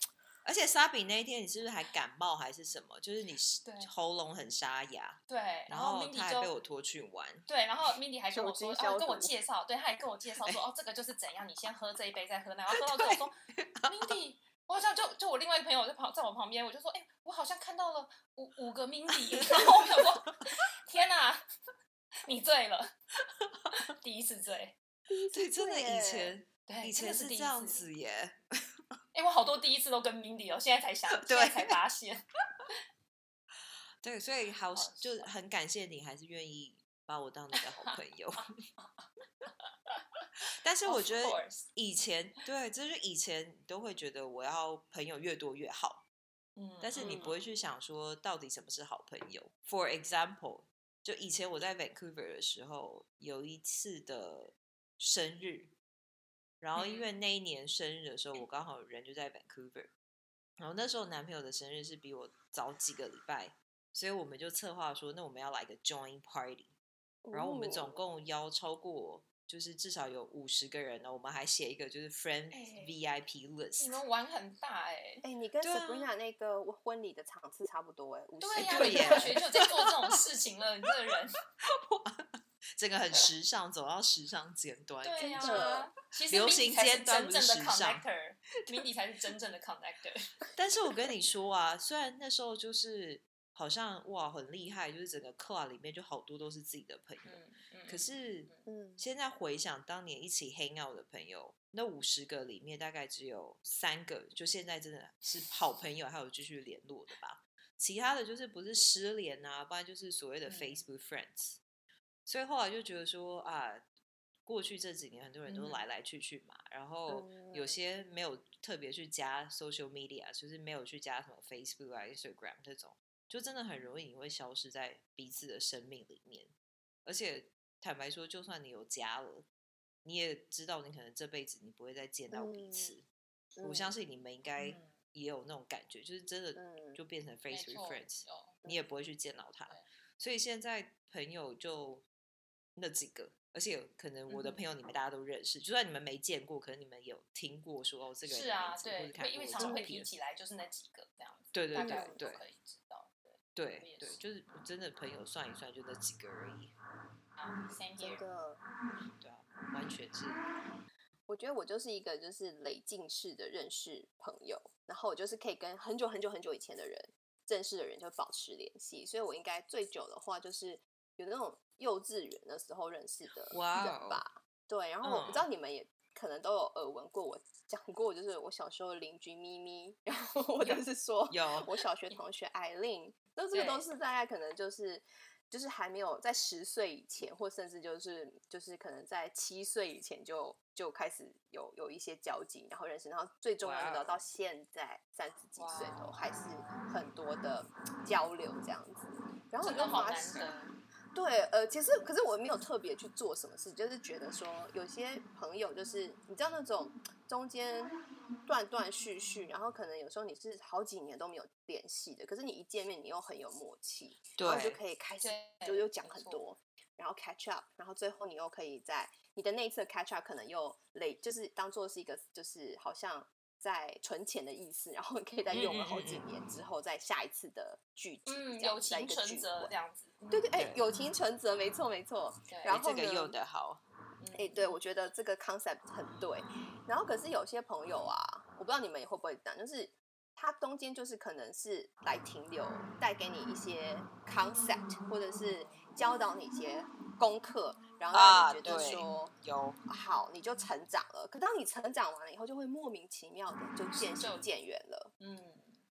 Speaker 2: 而且莎比那一天，你是不是还感冒还是什么？就是你是
Speaker 3: 对
Speaker 2: 喉咙很沙哑，
Speaker 3: 对，
Speaker 2: 然
Speaker 3: 后
Speaker 2: 后
Speaker 3: Mindy
Speaker 2: 他还被
Speaker 3: 就
Speaker 2: 我拖去玩。
Speaker 3: 对，然后 Mindy 还跟我
Speaker 1: 酒
Speaker 3: 说，
Speaker 1: 精消
Speaker 3: 啊，跟我
Speaker 1: 毒
Speaker 3: 介绍，对，他还跟我介绍说，
Speaker 2: 哎
Speaker 3: 哦，这个就是怎样，你先喝这一杯，再喝 那，然后喝到最后说，Mindy，我好像就就我另外一个朋友在旁在我旁边，我就说，哎、我好像看到了五五个 Mindy，然 后我朋友说，天哪、你醉了，第一次醉，
Speaker 2: 对，真的以
Speaker 1: 耶
Speaker 2: 前
Speaker 3: 对，
Speaker 2: 以
Speaker 3: 哎真的
Speaker 2: 前
Speaker 3: 是
Speaker 2: 是
Speaker 3: 第
Speaker 2: 这
Speaker 3: 一
Speaker 2: 样
Speaker 3: 次
Speaker 2: 子耶。
Speaker 3: 哎、我好多第一次都跟 Mindy 哦，现在 才想，现在
Speaker 2: 对
Speaker 3: 才发现。
Speaker 2: 对，所以好
Speaker 3: 好
Speaker 2: 就很感谢你，还是愿意把我当你的好朋友。 但是我
Speaker 3: Of
Speaker 2: 觉得
Speaker 3: course
Speaker 2: 以前对，就是以前你都会觉得我要朋友越多越好，
Speaker 3: 嗯
Speaker 2: 但是你
Speaker 1: 嗯
Speaker 2: 不会去想说到底什么是好朋友。For example，就以前我在 Vancouver 的时候，有一次的生日，然后因
Speaker 3: 嗯
Speaker 2: 为那一年生日的时候，我刚好人就在 Vancouver，然后那时候男朋友的生日是比我早几个礼拜，所以我们就策划说，那我们要来个 join party，然后我们
Speaker 3: 哦
Speaker 2: 总共邀超过。就是至少有五十个人呢，我们还写一个就是 friend
Speaker 3: 哎
Speaker 2: VIP
Speaker 3: 你
Speaker 2: list，
Speaker 3: 们玩很大哎、
Speaker 1: 哎、你跟
Speaker 2: 对啊
Speaker 1: Sabrina 那个婚礼的场次差不多哎、欸，五十
Speaker 3: 对呀、
Speaker 2: 对
Speaker 3: 你
Speaker 2: 耶
Speaker 3: 大学就在做这种事情了，你这个人。
Speaker 2: 整个很时尚，走到时尚尖端。
Speaker 3: 对呀、
Speaker 1: 真的
Speaker 3: 其实
Speaker 2: 流
Speaker 3: 谜底
Speaker 2: 行
Speaker 3: 才
Speaker 2: 阶
Speaker 3: 是
Speaker 2: 段
Speaker 3: 真
Speaker 2: 不
Speaker 3: 正
Speaker 2: 是
Speaker 3: 的
Speaker 2: 时尚
Speaker 3: connector，谜底才是真正的 connector。
Speaker 2: 但是我跟你说啊，虽然那时候就是好像哇很厉害，就是整个 club 里面就好多都是自己的朋友，
Speaker 3: 嗯嗯，
Speaker 2: 可是
Speaker 1: 嗯，
Speaker 2: 现在回想当年一起 hang out 的朋友，那五十个里面大概只有三个，就现在真的是好朋友，还有继续联络的吧。其他的就是不是失联啊，不然就是所谓的
Speaker 3: 嗯
Speaker 2: Facebook friends。所以后来就觉得说啊，过去这几年很多人都
Speaker 3: 嗯
Speaker 2: 来来去去嘛，然后有
Speaker 1: 嗯
Speaker 2: 些没有特别去加 social media，就是没有去加什么 Facebook 啊、Instagram 这种，就真的很容易你会消失在彼此的生命里面。而且坦白说，就算你有家了，你也知道你可能这辈子你不会再见到彼
Speaker 1: 嗯
Speaker 2: 此。我相信你们应该
Speaker 3: 嗯
Speaker 2: 也有那种感觉，就是真的
Speaker 1: 嗯
Speaker 2: 就变成
Speaker 3: 没
Speaker 2: Facebook
Speaker 3: 错
Speaker 2: friends，
Speaker 3: 有
Speaker 2: 你也不会去见到他
Speaker 3: 对。
Speaker 2: 所以现在朋友就那几个，而且可能我的
Speaker 3: 嗯哼
Speaker 2: 朋友你们大家都认识，就算你们没见过，可能你们有听过说哦这个人
Speaker 3: 是
Speaker 2: 的
Speaker 3: 啊
Speaker 2: 名，字或
Speaker 3: 对，
Speaker 2: 者看
Speaker 3: 会因
Speaker 2: 过
Speaker 3: 为
Speaker 2: 的
Speaker 3: 常常
Speaker 2: 照
Speaker 3: 会
Speaker 2: 片
Speaker 3: 提起来，就是那几个这样子，
Speaker 2: 对对
Speaker 3: 大概
Speaker 2: 对
Speaker 3: 我们都
Speaker 2: 对
Speaker 3: 可以知道。对
Speaker 2: 对
Speaker 3: 也
Speaker 2: 对，
Speaker 3: 是
Speaker 2: 就是我真的朋友算一算就那几个而已，
Speaker 3: 啊，same
Speaker 1: 真
Speaker 3: here。
Speaker 1: 的。嗯
Speaker 2: 对啊，完全是
Speaker 1: 我觉得我就是一个就是累进式的认识朋友，然后我就是可以跟很久很久很久以前的人、正式的人就保持联系，所以我应该最久的话就是有那种幼稚园的时候认识的
Speaker 2: 哇
Speaker 1: 人
Speaker 2: 哦
Speaker 1: 吧。对，然后我不知
Speaker 2: 嗯
Speaker 1: 道你们也可能都有耳闻过，我讲过，就是我小时候邻居咪咪，然后我
Speaker 3: 有
Speaker 1: 就是说
Speaker 2: 有
Speaker 1: 我小学同学 艾琳，那这个都
Speaker 3: 对
Speaker 1: 是大概可能就是就是还没有在十岁以前，或甚至就是就是可能在七岁以前就就开始有有一些交集，然后认识，然后最重要
Speaker 2: 哇
Speaker 1: 的
Speaker 2: 哦
Speaker 1: 到现在三十几岁
Speaker 3: 哇
Speaker 1: 都还是很多的交流这样子。然后我
Speaker 3: 真
Speaker 1: 就
Speaker 3: 的好
Speaker 1: 发
Speaker 3: 难
Speaker 1: 现，
Speaker 3: 得，
Speaker 1: 对，呃，其实可是我没有特别去做什么事，就是觉得说有些朋友就是你知道那种中间断断续续，然后可能有时候你是好几年都没有联系的，可是你一见面你又很有默契，然后你就
Speaker 2: 对
Speaker 1: 可以开始
Speaker 3: 对
Speaker 1: 就又讲
Speaker 3: 没
Speaker 1: 很
Speaker 3: 错
Speaker 1: 多，然后 catch up，然后最后你又可以在你的那一次的 catch up 可能又累，就是当做是一个就是好像在存钱的意思，然后你可以再用了好几
Speaker 2: 嗯嗯
Speaker 1: 年之后，在下一次的聚集，
Speaker 3: 嗯，
Speaker 1: 这样
Speaker 3: 友
Speaker 1: 在一
Speaker 3: 情
Speaker 1: 个
Speaker 3: 存
Speaker 1: 聚
Speaker 3: 折
Speaker 1: 会
Speaker 3: 这样子。嗯
Speaker 1: 对对，哎、
Speaker 2: 对
Speaker 1: 友情存折，没错没错。
Speaker 3: 对嗯
Speaker 1: 然
Speaker 2: 哎
Speaker 1: 后
Speaker 2: 这个
Speaker 1: 呢
Speaker 2: 用的好，
Speaker 1: 哎、对，我觉得这个 concept 很对。然后可是有些朋友啊，我不知道你们也会不会这样，就是他中间就是可能是来停留，带给你一些 concept，或者是教导你一些功课，然后让
Speaker 2: 啊
Speaker 1: 你觉得
Speaker 2: 对
Speaker 1: 说、
Speaker 2: 有
Speaker 1: 好，你就成长了。可当你成长完了以后，就会莫名其妙的就渐行
Speaker 3: 就
Speaker 1: 渐远了，
Speaker 3: 嗯，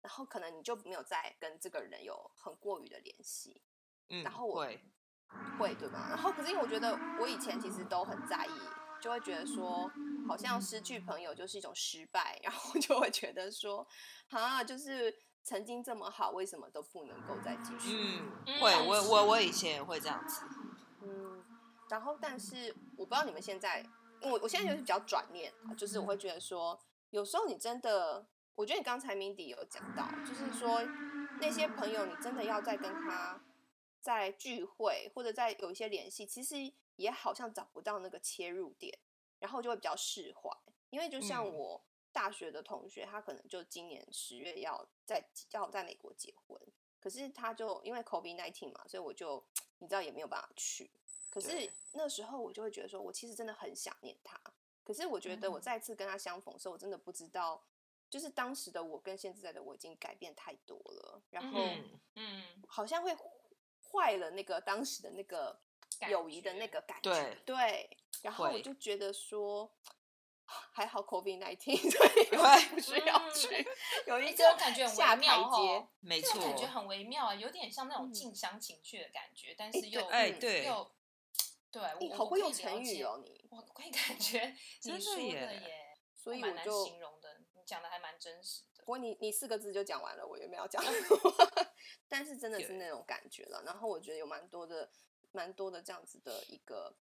Speaker 1: 然后可能你就没有再跟这个人有很过于的联系。
Speaker 2: 嗯，
Speaker 1: 然后我
Speaker 2: 会
Speaker 1: 会对吗？然后可是因为我觉得我以前其实都很在意，就会觉得说好像失去朋友就是一种失败，然后就会觉得说啊，就是曾经这么好，为什么都不能够再继续？
Speaker 2: 嗯
Speaker 3: 嗯
Speaker 2: 会，
Speaker 3: 但
Speaker 2: 我
Speaker 3: 是
Speaker 2: 我我以前也会这样子，
Speaker 1: 嗯，然后但是我不知道你们现在，因为我我现在就是比较转念啊，就是我会觉得说，有时候你真的，我觉得你刚才 Mindy 有讲到，就是说那些朋友，你真的要再跟他在聚会或者在有一些联系，其实也好像找不到那个切入点，然后就会比较释怀，因为就像
Speaker 2: 嗯
Speaker 1: 我。大学的同学，他可能就今年十月要在要在美国结婚，可是他就因为 COVID nineteen 嘛，所以我就你知道也没有办法去。可是
Speaker 2: 对
Speaker 1: 那时候我就会觉得说，我其实真的很想念他。可是我觉得我
Speaker 3: 嗯
Speaker 1: 再次跟他相逢的时候，我真的不知道，就是当时的我跟现在的我已经改变太多了，然后
Speaker 3: 嗯
Speaker 2: 嗯，
Speaker 3: 嗯，
Speaker 1: 好像会坏了那个当时的那个
Speaker 3: 感
Speaker 1: 友谊的
Speaker 3: 觉
Speaker 1: 那个感觉。
Speaker 2: 对
Speaker 1: 对，然后我
Speaker 2: 会
Speaker 1: 就觉得说。啊还好 COVID nineteen，所以我不需要
Speaker 3: 嗯
Speaker 1: 去、有一
Speaker 3: 哎
Speaker 1: 个
Speaker 3: 这种感觉很微
Speaker 1: 下台
Speaker 3: 妙
Speaker 1: 阶。
Speaker 3: 哦
Speaker 2: 没
Speaker 3: 这
Speaker 2: 错
Speaker 3: 种，感觉很微妙啊，有点像那种
Speaker 1: 嗯
Speaker 3: 近乡情怯的感觉，但是
Speaker 1: 对
Speaker 3: 又
Speaker 2: 哎
Speaker 1: 嗯
Speaker 2: 对，
Speaker 3: 又对
Speaker 1: 你
Speaker 3: 我
Speaker 1: 好
Speaker 3: 我
Speaker 1: 会
Speaker 3: 可以
Speaker 1: 用
Speaker 3: 了
Speaker 1: 成语
Speaker 3: 解
Speaker 1: 哦，你，
Speaker 3: 我可以 感觉
Speaker 2: 真
Speaker 3: 你
Speaker 2: 的
Speaker 3: 说的
Speaker 2: 耶
Speaker 3: 耶，
Speaker 1: 所以
Speaker 3: 蛮
Speaker 1: 我
Speaker 3: 难
Speaker 1: 就
Speaker 3: 形容的，你讲的还蛮真实的。
Speaker 1: 不过你你四个字就讲完了，我原本要 讲， 但是真的是
Speaker 2: 对
Speaker 1: 那种感觉了。然后我觉得有蛮多的，蛮多的这样子的一个，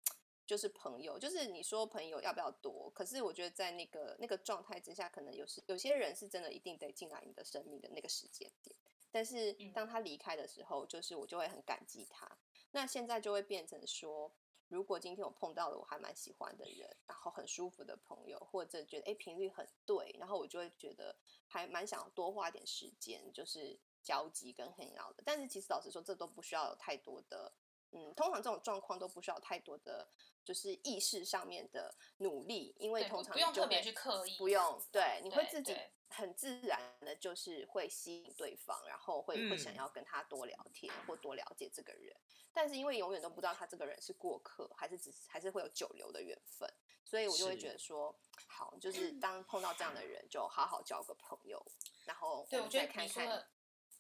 Speaker 1: 就是朋友，就是你说朋友要不要多？可是我觉得在那个那个状态之下，可能有时有些人是真的一定得进来你的生命的那个时间点，但是
Speaker 3: 嗯
Speaker 1: 当他离开的时候，就是我就会很感激他。那现在就会变成说，如果今天我碰到了我还蛮喜欢的人，然后很舒服的朋友，或者觉得诶频率很对，然后我就会觉得还蛮想多花点时间，就是交集跟很 a 的。但是其实老实说，这都不需要有太多的嗯，通常这种状况都不需要太多的就是意识上面的努力，因为
Speaker 3: 对
Speaker 1: 通
Speaker 3: 不
Speaker 1: 常
Speaker 3: 不
Speaker 1: 你
Speaker 3: 用
Speaker 1: 就
Speaker 3: 特别
Speaker 1: 会
Speaker 3: 去刻意
Speaker 1: 不用对，你会
Speaker 3: 对
Speaker 1: 自己
Speaker 3: 对
Speaker 1: 很自然的就是会吸引对方，然后会会想
Speaker 2: 嗯
Speaker 1: 要跟他多聊天或多了解这个人，但是因为永远都不知道他这个人是过客，还是只是还是会有久留的缘分，所以我就会
Speaker 2: 是
Speaker 1: 觉得说，好，
Speaker 3: 嗯
Speaker 1: 就是当碰到这样的人，就好好交个朋友，然后
Speaker 3: 对，
Speaker 1: 我
Speaker 3: 我
Speaker 1: 们
Speaker 3: 觉
Speaker 1: 再
Speaker 3: 得
Speaker 1: 看
Speaker 3: 你说的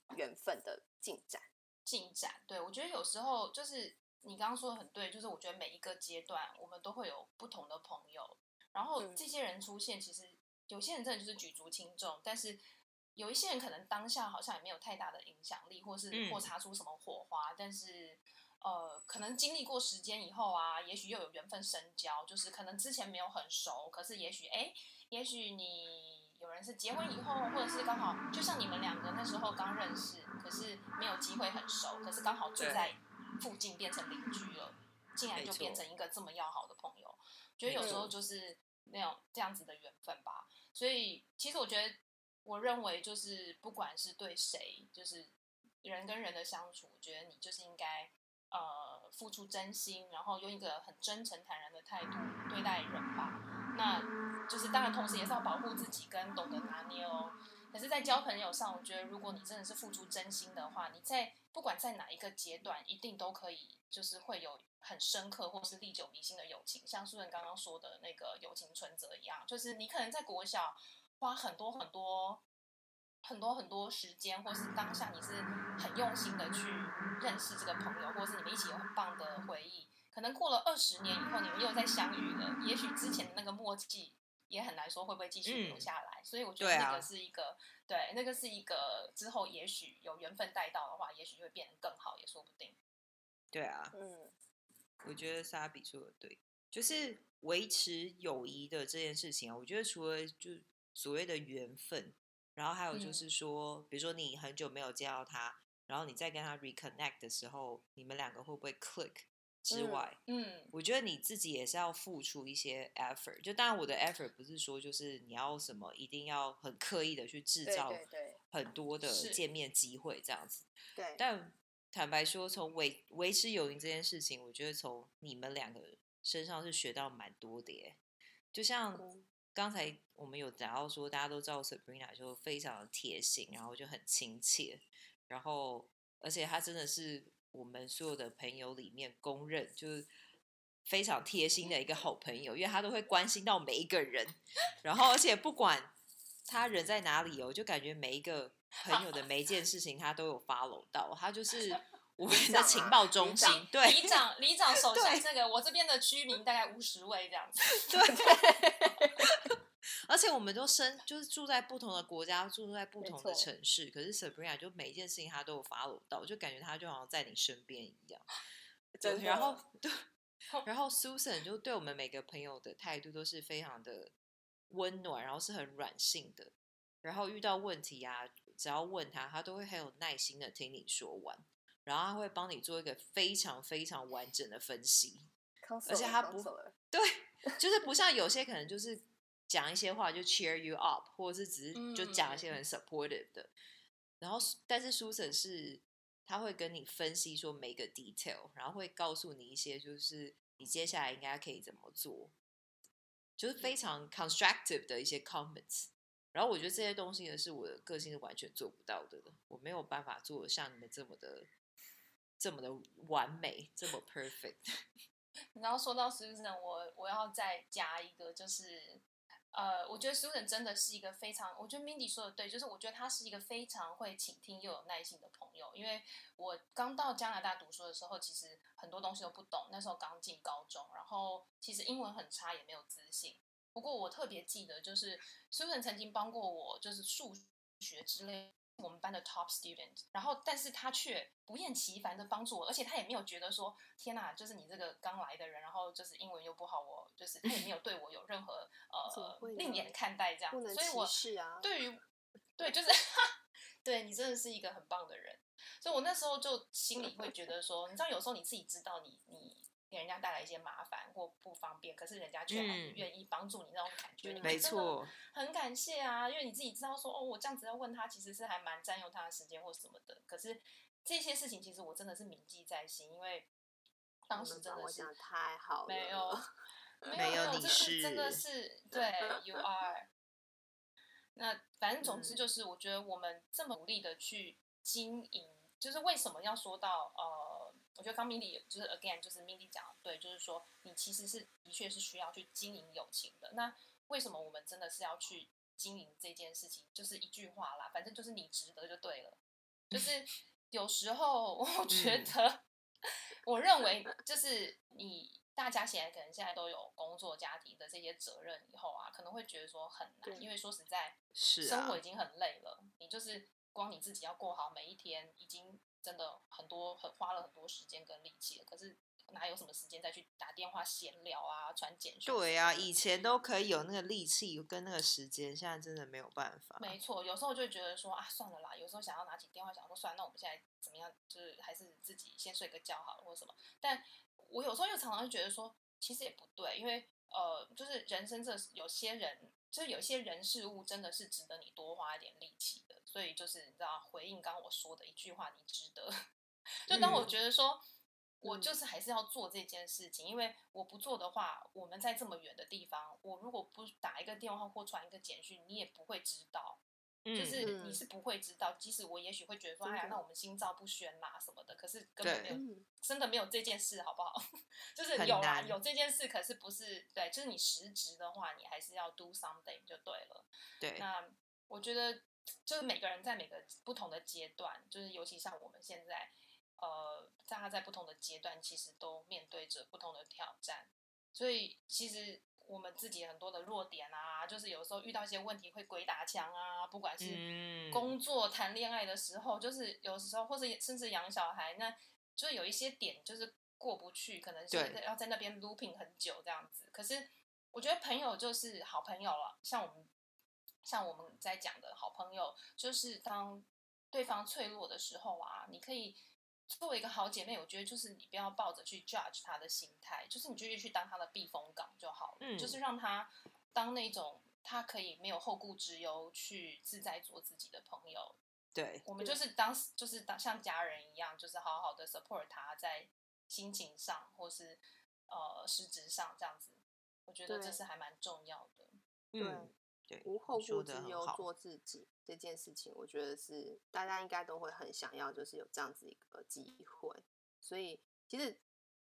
Speaker 1: 看缘分的进展。
Speaker 3: 进展。对我觉得有时候就是你刚刚说的很对，就是我觉得每一个阶段我们都会有不同的朋友，然后
Speaker 1: 嗯
Speaker 3: 这些人出现，其实有些人真的就是举足轻重，但是有一些人可能当下好像也没有太大的影响力，或是
Speaker 2: 嗯
Speaker 3: 或擦出什么火花，但是。呃，可能经历过时间以后啊，也许又有缘分深交，就是可能之前没有很熟，可是也许哎、也许你有人是结婚以后，或者是刚好，就像你们两个那时候刚认识，可是没有机会很熟，可是刚好住
Speaker 2: 对
Speaker 3: 在附近变成邻居了，竟然
Speaker 2: 没
Speaker 3: 就变
Speaker 2: 错
Speaker 3: 成一个这么要好的朋友，觉得有
Speaker 2: 没
Speaker 3: 时候
Speaker 2: 错
Speaker 3: 就是那种这样子的缘分吧。所以其实我觉得，我认为就是不管是对谁，就是人跟人的相处，我觉得你就是应该呃付出真心，然后用一个很真诚坦然的态度对待人吧。那就是当然，同时也是要保护自己跟懂得拿捏哦。可是，在交朋友上，我觉得如果你真的是付出真心的话，你在不管在哪一个阶段，一定都可以就是会有很深刻或是历久弥新的友情，像素人刚刚说的那个友情存折一样，就是你可能在国小花很多很多很多很多时间，或是当下你是很用心的去认识这个朋友，或是你们一起有很棒的回忆。可能过了二十年以后，你们又再相遇了，也许之前的那个默契也很难说会不会继续留
Speaker 2: 嗯
Speaker 3: 下来。所以我觉得
Speaker 2: 对
Speaker 3: 那
Speaker 2: 啊
Speaker 3: 个是一个对,、那个是一个之后也许有缘分带到的话，也许就会变得更好，也说不定。
Speaker 2: 对啊，
Speaker 1: 嗯，
Speaker 2: 我觉得莎比说的对，就是维持友谊的这件事情啊，我觉得除了就所谓的缘分，然后还有就
Speaker 3: 嗯
Speaker 2: 是说，比如说你很久没有见到他，然后你再跟他 reconnect 的时候，你们两个会不会 click 之
Speaker 1: 嗯
Speaker 2: 外，
Speaker 3: 嗯，
Speaker 2: 我觉得你自己也是要付出一些 effort。就当然，我的 effort 不是说就是你要什么一定要很刻意的去制
Speaker 1: 对
Speaker 2: 造
Speaker 1: 对对
Speaker 2: 很多的
Speaker 3: 是
Speaker 2: 见面机会这样子。
Speaker 1: 对，
Speaker 2: 但坦白说，从维维持友谊这件事情，我觉得从你们两个身上是学到蛮多的耶。就像
Speaker 1: 嗯
Speaker 2: 刚才我们有讲到说，大家都知道 Sabrina 就非常的贴心，然后就很亲切，然后而且她真的是我们所有的朋友里面公认就是非常贴心的一个好朋友，因为她都会关心到每一个人，然后而且不管他人在哪里哦，就感觉每一个朋友的每一件事情他都有 follow 到，他就是我们
Speaker 1: 长
Speaker 2: 的
Speaker 1: 啊
Speaker 2: 情报中
Speaker 1: 里
Speaker 2: 心
Speaker 1: 长，
Speaker 2: 对，
Speaker 3: 里长里长手下
Speaker 2: 对
Speaker 3: 这个，我这边的居民大概五十位这样子。
Speaker 2: 而且我们都生就是住在不同的国家，住在不
Speaker 1: 没
Speaker 2: 同的
Speaker 1: 错
Speaker 2: 城市。可是 Sabrina 就每一件事情她都有 follow 到，就感觉她就好像在你身边一 样。对
Speaker 1: 真的
Speaker 2: 然后对， 然后 Susan 就对我们每个朋友的态度都是非常的温暖，然后是很软性的。然后遇到问题啊，只要问他，他都会很有耐心的听你说完，然后他会帮你做一个非常非常完整的分析。
Speaker 1: 而
Speaker 2: 而且他不对，就是不像有些可能就是讲一些话就 cheer you up，或者是只是就讲一些
Speaker 3: 嗯
Speaker 2: 很 supportive 的。然后，但是 Susan 是他会跟你分析说每个 detail，然后会告诉你一些就是你接下来应该可以怎么做，就是
Speaker 3: 嗯
Speaker 2: 非常 constructive 的一些 comments。然后我觉得这些东西呢，是我的个性是完全做不到的，我没有办法做的像你们这么的、这么的完美、这么 perfect。
Speaker 3: 然后说到 Susan，我我要再加一个，就是呃，我觉得 Susan 真的是一个非常，我觉得 Mindy 说的对，就是我觉得她是一个非常会倾听又有耐心的朋友。因为我刚到加拿大读书的时候，其实很多东西都不懂，那时候刚进高中，然后其实英文很差，也没有自信。不过我特别记得，就是 Susan 曾经帮过我，就是数学之类。我们班的 top student，然后但是他却不厌其烦的帮助我，而且他也没有觉得说天哪，就是你这个刚来的人，然后就是英文又不好，我就是他也没有对我有任何
Speaker 1: 怎么
Speaker 3: 呃
Speaker 1: 会呢
Speaker 3: 另眼看待这样
Speaker 1: 不
Speaker 3: 子，
Speaker 1: 能
Speaker 3: 所以我
Speaker 1: 歧视啊。
Speaker 3: 对于对就是 对你真的是一个很棒的人，所以我那时候就心里会觉得说，你知道有时候你自己知道你你给人家带来一些麻烦或不方便，可是人家却还
Speaker 2: 嗯
Speaker 3: 愿意帮助你那种感觉，你
Speaker 1: 嗯
Speaker 3: 会
Speaker 2: 没
Speaker 3: 真的
Speaker 2: 错，
Speaker 3: 很感谢啊，因为你自己知道说，哦，我这样子要问他，其实是还蛮占用他的时间或什么的。可是这些事情，其实我真的是铭记在心，因为当时真
Speaker 1: 我
Speaker 3: 的
Speaker 1: 讲
Speaker 3: 是
Speaker 1: 得太好了，
Speaker 3: 没有，
Speaker 2: 没
Speaker 3: 没
Speaker 2: 有
Speaker 3: 有，
Speaker 2: 你
Speaker 3: 这是真的
Speaker 2: 是
Speaker 3: 是对，you are。那反正
Speaker 2: 嗯
Speaker 3: 总之就是，我觉得我们这么努力的去经营，就是为什么要说到呃，我觉得刚 Mindy 也就是 again 就是 Mindy 讲得对，就是说你其实是的确是需要去经营友情的。那为什么我们真的是要去经营这件事情？就是一句话啦，反正就是你值得就对了。就是有时候我觉得、 我认为就是你大家现在可能现在都有工作、家庭的这些责任以后啊，可能会觉得说很
Speaker 1: 对
Speaker 3: 难，因为说实在，
Speaker 2: 是
Speaker 3: 生
Speaker 2: 啊
Speaker 3: 活，已经很累了，你就是光你自己要过好每一天，已经真的很多很花了很多时间跟力气了，可是哪有什么时间再去打电话闲聊啊、传简讯？
Speaker 2: 对啊，以前都可以有那个力气跟那个时间，现在真的没有办法。
Speaker 3: 没错，有时候就觉得说啊，算了啦。有时候想要拿起电话，想说算了，那我们现在怎么样？就是还是自己先睡个觉好了，或什么。但我有时候又常常觉得说，其实也不对，因为呃，就是人生这有些人，就是有些人事物真的是值得你多花一点力气的。所以就是你知道，回应刚刚我说的一句话，你值得。 就当我
Speaker 2: 嗯
Speaker 3: 觉得说，我
Speaker 1: 嗯
Speaker 3: 就是还是要做这件事情，因为我不做的话，我们在这么远的地方，我如果不打一个电话或传一个简讯，你也不会知道。
Speaker 2: 嗯，
Speaker 3: 就是你
Speaker 1: 嗯
Speaker 3: 是不会知道，即使我也许会觉得说，
Speaker 1: 真
Speaker 3: 哎呀
Speaker 1: 的，
Speaker 3: 那我们心照不宣啦什么的，可是根本
Speaker 2: 对
Speaker 3: 没有，
Speaker 1: 嗯，
Speaker 3: 真的没有这件事，好不 好？就是
Speaker 2: 很
Speaker 3: 有啦，
Speaker 2: 难
Speaker 3: 有这件事，可是不是对，就是你实质的话，你还是要 do something 就对了。
Speaker 2: 对，
Speaker 3: 那我觉得就是每个人在每个不同的阶段，就是尤其像我们现在，呃，大家在不同的阶段，其实都面对着不同的挑战，所以其实。我们自己很多的弱点啊，就是有时候遇到一些问题会鬼打墙啊，不管是
Speaker 2: 嗯，
Speaker 3: 工作、谈恋爱的时候，就是有时候或者甚至养小孩，那就是有一些点就是过不去，可能是
Speaker 2: 对
Speaker 3: 要在那边 looping 很久这样子。可是我觉得朋友就是好朋友了，像我们像我们在讲的好朋友，就是当对方脆弱的时候啊，你可以。作为一个好姐妹，我觉得就是你不要抱着去 judge 她的心态，就是你就去当她的避风港就好了，
Speaker 2: 嗯
Speaker 3: 就是让她当那种他可以没有后顾之忧去自在做自己的朋友。
Speaker 2: 对，
Speaker 3: 我们
Speaker 1: 对
Speaker 3: 就是当就是当像家人一样，就是好好的 support 他在心情上或是呃实质上这样子，我觉得
Speaker 1: 对
Speaker 3: 这是还蛮重要的。
Speaker 1: 对
Speaker 2: 嗯，对，
Speaker 1: 无后
Speaker 2: 你说
Speaker 1: 顾之
Speaker 2: 得很
Speaker 1: 忧
Speaker 2: 好
Speaker 1: 做自己这件事情，我觉得是大家应该都会很想要，就是有这样子一个机会。所以其实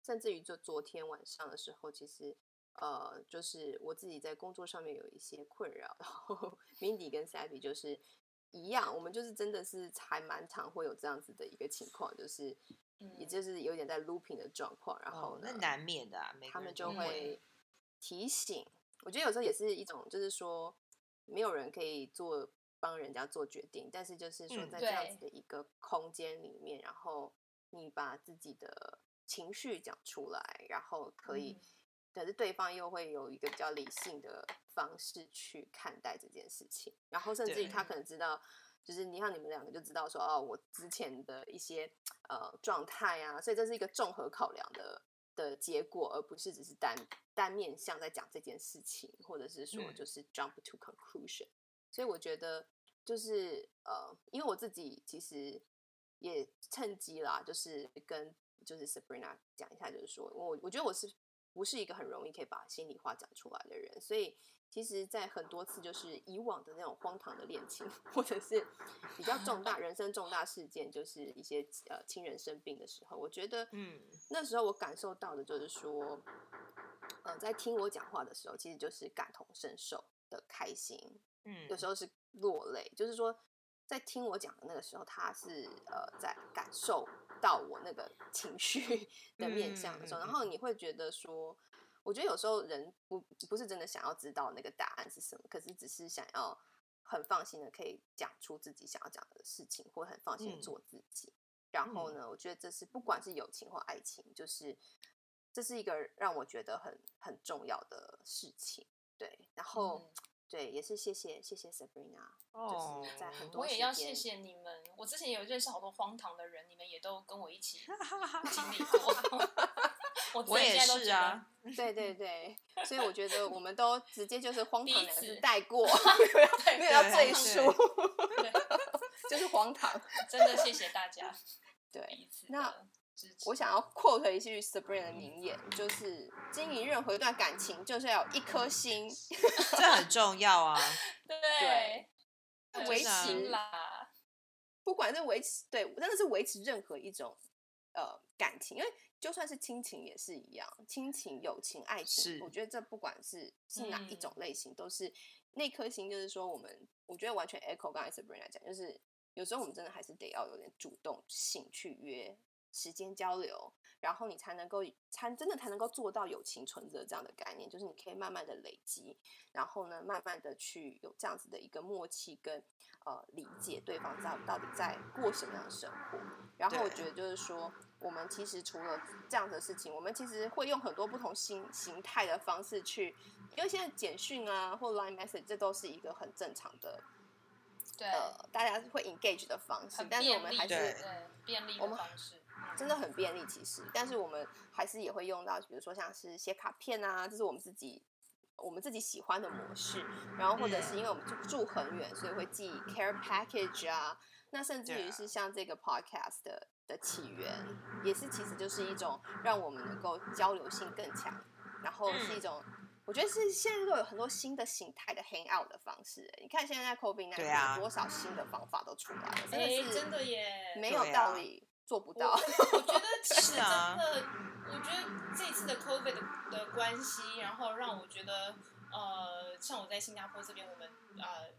Speaker 1: 甚至于就昨天晚上的时候，其实呃，就是我自己在工作上面有一些困扰，然后 Mindy 跟 Savvy 就是一样，我们就是真的是还蛮常会有这样子的一个情况，就是也
Speaker 3: 嗯
Speaker 1: 就是有点在 looping 的状况，然后
Speaker 2: 哦，那
Speaker 1: 呢
Speaker 2: 难免的啊，每
Speaker 1: 他们
Speaker 2: 个人
Speaker 1: 就
Speaker 2: 都
Speaker 1: 会提醒。我觉得有时候也是一种，就是说没有人可以做帮人家做决定，但是就是说
Speaker 2: 嗯
Speaker 1: 在这样
Speaker 3: 对
Speaker 1: 子的一个空间里面，然后你把自己的情绪讲出来，然后可以，
Speaker 3: 嗯
Speaker 1: 可是对方又会有一个比较理性的方式去看待这件事情，然后甚至于他
Speaker 3: 对
Speaker 1: 可能知道。就是你看你们两个就知道说哦，我之前的一些呃状态啊，所以这是一个综合考量的的结果，而不是只是单单面向在讲这件事情，或者是说
Speaker 2: 嗯
Speaker 1: 就是 jump to conclusion。所以我觉得就是呃，因为我自己其实也趁机啦，就是跟就是 Sabrina 讲一下，就是说我我觉得我是不是一个很容易可以把心里话讲出来的人，所以其实，在很多次就是以往的那种荒唐的恋情，或者是比较重大人生重大事件，就是一些呃亲人生病的时候，我觉得
Speaker 2: 嗯
Speaker 1: 那时候我感受到的就是说，呃，在听我讲话的时候，其实就是感同身受的开心，
Speaker 2: 嗯，
Speaker 1: 有时候是落泪，就是说在听我讲的那个时候，他是呃在感受到我那个情绪 的面向的时候，
Speaker 2: 嗯嗯嗯
Speaker 1: 然后你会觉得说，我觉得有时候人不不是真的想要知道那个答案是什么，可是只是想要很放心的可以讲出自己想要讲的事情，或很放心的
Speaker 2: 嗯
Speaker 1: 做自己。然后呢，我觉得这是不管是友情或爱情，就是这是一个让我觉得很很重要的事情。对，然后、
Speaker 3: 嗯
Speaker 1: 对，也是谢谢谢谢 Sabrina，
Speaker 2: 哦，
Speaker 1: 就是在很多
Speaker 3: 我也
Speaker 1: 时
Speaker 3: 要
Speaker 1: 间
Speaker 3: 谢谢你们，我之前有认识好多荒唐的人，你们也都跟我 一起经历
Speaker 2: 多
Speaker 3: 过。 我自
Speaker 2: 哦我
Speaker 3: 己
Speaker 2: 也
Speaker 3: 现在都
Speaker 2: 是
Speaker 3: 觉得
Speaker 2: 啊，
Speaker 1: 对对对，所以我觉得我们都直接就是荒唐
Speaker 3: 彼
Speaker 1: 两个字
Speaker 3: 此
Speaker 1: 带过，没有要
Speaker 3: 对
Speaker 1: 没有要
Speaker 2: 对
Speaker 1: 赘
Speaker 2: 对
Speaker 1: 述，
Speaker 3: 对，
Speaker 1: 就是荒唐。
Speaker 3: 真的谢谢大家
Speaker 1: 对，
Speaker 3: 彼此
Speaker 1: 那
Speaker 3: 的支持。
Speaker 1: 我想要 quote 一句 Sabrina 的名言，就是经营任何一段感情，就是要有一颗心。
Speaker 2: 这很重要 啊。
Speaker 1: 对
Speaker 3: 对，
Speaker 1: 那
Speaker 3: 就
Speaker 1: 维
Speaker 3: 是
Speaker 2: 持
Speaker 3: 心啦，
Speaker 1: 不管是维持对，真的是维持任何一种呃感情，因为就算是亲情也是一样，亲情、友情、爱情，
Speaker 2: 是
Speaker 1: 我觉得这不管是是哪一
Speaker 3: 嗯
Speaker 1: 种类型，都是那颗心，就是说我们，我觉得完全 echo 刚才 Sabrina 讲，就是有时候我们真的还是得要有点主动性去约时间交流，然后你才能够才真的才能够做到友情存折这样的概念，就是你可以慢慢的累积，然后呢，慢慢的去有这样子的一个默契跟呃理解对方到到底在过什么样的生活。然后我
Speaker 2: 对
Speaker 1: 觉得就是说，我们其实除了这样的事情，我们其实会用很多不同形形态的方式去，因为现在简讯啊或 Line Message 这都是一个很正常的
Speaker 3: 对，
Speaker 1: 呃大家会 engage 的方式
Speaker 3: 很，
Speaker 1: 但是我
Speaker 3: 便
Speaker 1: 们
Speaker 3: 利
Speaker 1: 还
Speaker 3: 的，
Speaker 1: 是
Speaker 2: 对
Speaker 3: 对便利
Speaker 1: 嗯我
Speaker 3: 的
Speaker 1: 们
Speaker 3: 方式，嗯
Speaker 1: 真的很便利，其实，但是我们还是也会用到，比如说像是写卡片啊，这是我们自己我们自己喜欢的模式，然后或者是因为我们住住很远，所以会寄 care package 啊，那甚至于
Speaker 2: 对啊
Speaker 1: 是像这个 podcast 的的起源，也是其实就是一种让我们能够交流性更强，然后是
Speaker 2: 嗯
Speaker 1: 一种。我觉得是现在都有很多新的形态的 hang out 的方式，欸你看现在 COVID
Speaker 2: 对啊
Speaker 1: nineteen 多少新的方法都出来了，真
Speaker 3: 哎
Speaker 1: 的，是
Speaker 3: 真的耶，
Speaker 1: 没有
Speaker 2: 对啊
Speaker 1: 道理做不
Speaker 3: 我
Speaker 1: 到。
Speaker 3: 我觉得其实
Speaker 2: 是
Speaker 3: 真
Speaker 2: 啊
Speaker 3: 的，我觉得这一次的 COVID 的的关系，然后让我觉得，呃，像我在新加坡这边，我们呃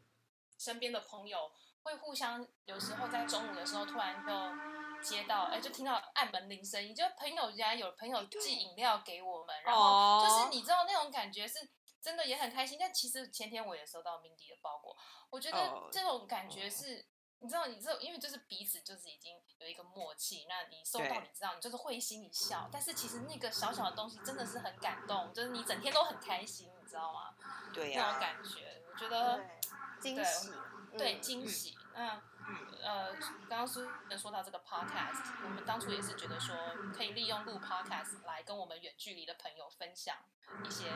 Speaker 3: 身边的朋友会互相，有时候在中午的时候突然就接到，哎、就听到按门铃声音，就朋友家有朋友寄饮料给我们，然后就是你知道那种感觉是。真的也很开心，但其实前天我也收到 Mindy 的包裹，我觉
Speaker 2: 哦
Speaker 3: 得这种感觉
Speaker 2: 哦
Speaker 3: 是你知道，你这因为就是彼此就是已经有一个默契，那你收到
Speaker 2: 对
Speaker 3: 你知道，你就是会心一笑。但是其实那个小小的东西真的是很感动，就是你整天都很开心，你知道吗？
Speaker 2: 对啊
Speaker 3: 那
Speaker 2: 呀、
Speaker 3: 种感觉，我觉得
Speaker 1: 呃惊
Speaker 3: 对
Speaker 1: 喜，
Speaker 3: 对
Speaker 1: 嗯
Speaker 3: 惊
Speaker 2: 嗯
Speaker 3: 喜。那
Speaker 2: 嗯，
Speaker 3: 呃，刚刚苏也说到这个 podcast，我们当初也是觉得说可以利用录 podcast 来跟我们远距离的朋友分享一些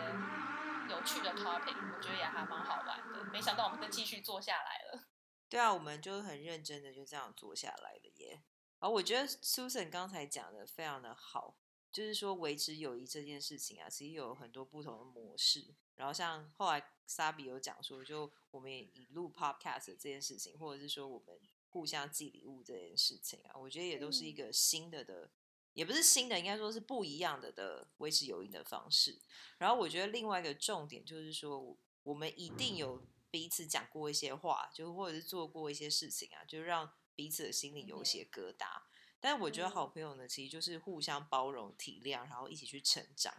Speaker 3: 有趣的 topic，我觉得也还蛮好玩的。没想到我们就继续做下来了。
Speaker 2: 对啊，我们就很认真的就这样做下来了耶。而我觉得 Susan 刚才讲的非常的好，就是说维持友谊这件事情啊，其实有很多不同的模式。然后像后来 Sabi 有讲说，就我们也以录 Podcast 这件事情，或者是说我们互相寄礼物这件事情啊，我觉得也都是一个新的的，也不是新的，应该说是不一样的的维持友谊的方式。然后我觉得另外一个重点就是说，我我们一定有彼此讲过一些话，就或者是做过一些事情啊，就让彼此的心里有一些疙瘩。但我觉得好朋友呢，其实就是互相包容、体谅，然后一起去成长。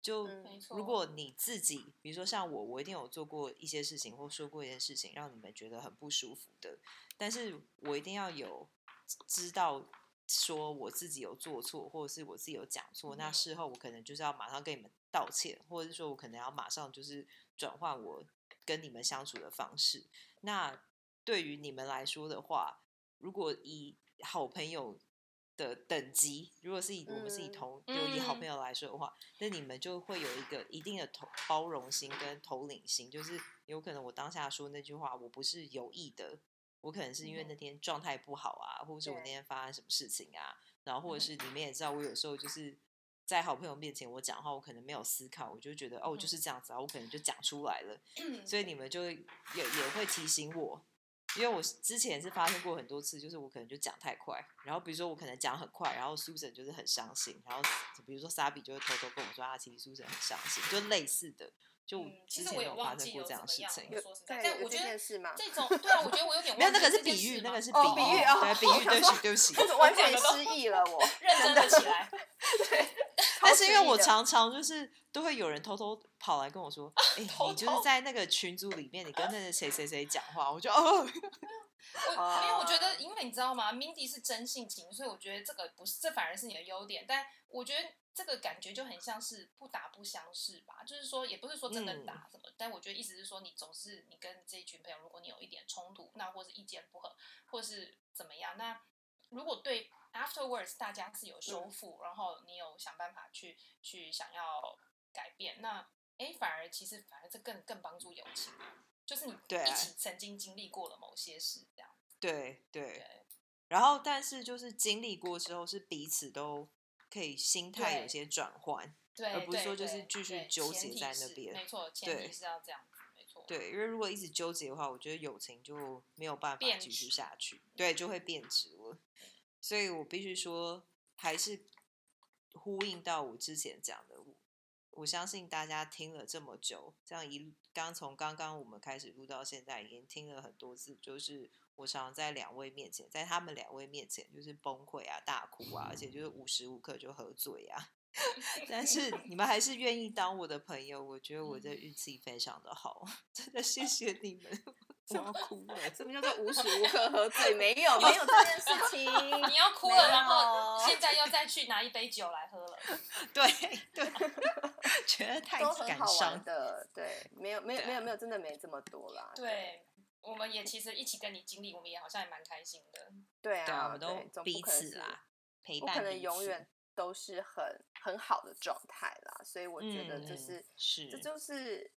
Speaker 2: 就
Speaker 1: 嗯
Speaker 3: 没错，
Speaker 2: 如果你自己，比如说像我，我一定有做过一些事情或说过一些事情，让你们觉得很不舒服的，但是我一定要有知道说我自己有做错，或者是我自己有讲错，那
Speaker 3: 嗯
Speaker 2: 事后我可能就是要马上跟你们道歉，或者是说我可能要马上就是转换我跟你们相处的方式。那对于你们来说的话，如果以好朋友的等级，如果是以我们是以
Speaker 1: 嗯
Speaker 2: 同友谊好
Speaker 3: 嗯
Speaker 2: 朋友来说的话，那你们就会有一个一定的头包容心跟头领心，就是有可能我当下说那句话，我不是有意的，我可能是因为
Speaker 3: 嗯
Speaker 2: 那天状态不好啊，或者是我那
Speaker 1: 对
Speaker 2: 天发生什么事情啊，然后或者
Speaker 3: 嗯
Speaker 2: 是你们也知道，我有时候就是在好朋友面前我讲话，我可能没有思考，我就觉得哦我就
Speaker 3: 嗯
Speaker 2: 是这样子啊，我可能就讲出来了，所以你们就会也也会提醒我，因为我是之前是发生过很多次，就是我可能就讲太快，然后比如说我可能讲很快，然后 Susan 就是很伤心，然后比如说 Sabi 就会偷偷跟我说啊，其实 Susan 很伤心，就类似的，就
Speaker 3: 嗯其
Speaker 2: 之
Speaker 3: 实
Speaker 2: 前
Speaker 3: 我也
Speaker 2: 有
Speaker 3: 忘
Speaker 2: 发生
Speaker 3: 记
Speaker 2: 过
Speaker 3: 有
Speaker 2: 这样的
Speaker 3: 怎
Speaker 2: 事
Speaker 3: 么样
Speaker 2: 情
Speaker 3: 了。说实在，但
Speaker 1: 有
Speaker 3: 我
Speaker 1: 这
Speaker 3: 觉得
Speaker 1: 件事吗？
Speaker 3: 这种，对啊，我觉得我有点
Speaker 2: 没有，
Speaker 3: 忘
Speaker 2: 那
Speaker 3: 记
Speaker 2: 个是
Speaker 3: 这件
Speaker 2: 比喻
Speaker 3: 事，
Speaker 2: 那
Speaker 3: 嘛
Speaker 2: 个是比喻，
Speaker 1: 哦比喻哦
Speaker 2: 对，比喻，对不起，对不起。
Speaker 1: 我 完全失忆了，我
Speaker 3: 认真 的起来。
Speaker 2: 但是因为
Speaker 3: 啊
Speaker 2: 我
Speaker 1: 常
Speaker 2: 常常就是都会有人偷偷跑来跟我 说，哎、
Speaker 3: 偷
Speaker 2: 你就是
Speaker 3: 偷
Speaker 2: 在那个群组里面，你跟那个谁谁谁讲话，我就哦，
Speaker 3: 我因为我觉
Speaker 1: 哦
Speaker 3: 得，因为你知道吗，Mindy 是真性情，所以我觉得这个不是，这反而是你的优点。但我觉得这个感觉就很像是不打不相识吧，就是说，也不是说真的
Speaker 2: 嗯
Speaker 3: 打什么，但我觉得意思是说，你总是你跟这一群朋友，如果你有一点冲突，那或是意见不合，或是怎么样，那如果对 afterwards 大家
Speaker 2: 嗯
Speaker 3: 是有修复，然后你有想办法去去想要改变，那哎，反而其实反而这更更帮助友情啊，就是你
Speaker 2: 对啊
Speaker 3: 一起曾经经历过了某些事，这样。
Speaker 2: 对对。
Speaker 3: 对
Speaker 2: 然后但是就是经历过之后，是彼此都可以心态有
Speaker 3: 对
Speaker 2: 些转换。
Speaker 3: 对，
Speaker 2: 而不是
Speaker 3: 对
Speaker 2: 说就
Speaker 3: 对
Speaker 2: 是继续
Speaker 3: 对
Speaker 2: 纠
Speaker 3: 前
Speaker 2: 结
Speaker 3: 提
Speaker 2: 在那
Speaker 3: 是
Speaker 2: 边
Speaker 3: 没错，前
Speaker 2: 对
Speaker 3: 提是要这样子，没错。
Speaker 2: 对，因为如果一直纠结的话，我觉得友情就没有办法
Speaker 3: 变
Speaker 2: 继续
Speaker 3: 质
Speaker 2: 下去，对，就会变质了。所以我必须说，还是呼应到我之前讲的，我我相信大家听了这么久，这样一路刚从刚刚我们开始录到现在，已经听了很多次，就是我常常在两位面前，在他们两位面前就是崩溃啊、大哭啊，而且就是无时无刻就喝醉啊。但 是你们还是愿意当我的朋友，我觉得我
Speaker 1: 嗯
Speaker 2: 这运气非常的好， 真的谢谢你们，我 要哭了。
Speaker 1: 什么叫 做无时无刻喝醉？没 有，没有这件事情。
Speaker 3: 你要哭
Speaker 1: 没
Speaker 3: 了，然后
Speaker 1: 有
Speaker 3: 现在又再去拿一杯酒来喝了。
Speaker 2: 对对， 觉得太
Speaker 1: 都很
Speaker 2: 感
Speaker 1: 好
Speaker 2: 伤
Speaker 1: 玩。的，对，没有没有
Speaker 2: 对啊
Speaker 1: 没有没有，真的没这么多啦。
Speaker 3: 对，我们也其实一起跟你经历，我们也好像也蛮开心的。
Speaker 1: 对
Speaker 2: 对啊，我
Speaker 1: 啊，
Speaker 2: 们
Speaker 1: 对
Speaker 2: 都
Speaker 1: 总
Speaker 2: 彼
Speaker 1: 不可能
Speaker 2: 此
Speaker 1: 是
Speaker 2: 啦，陪
Speaker 1: 不
Speaker 2: 伴
Speaker 1: 可
Speaker 2: 彼此，
Speaker 1: 能永远都是很很好的状态啦，所以我觉得
Speaker 2: 嗯
Speaker 1: 这是、
Speaker 2: 是
Speaker 1: 这就是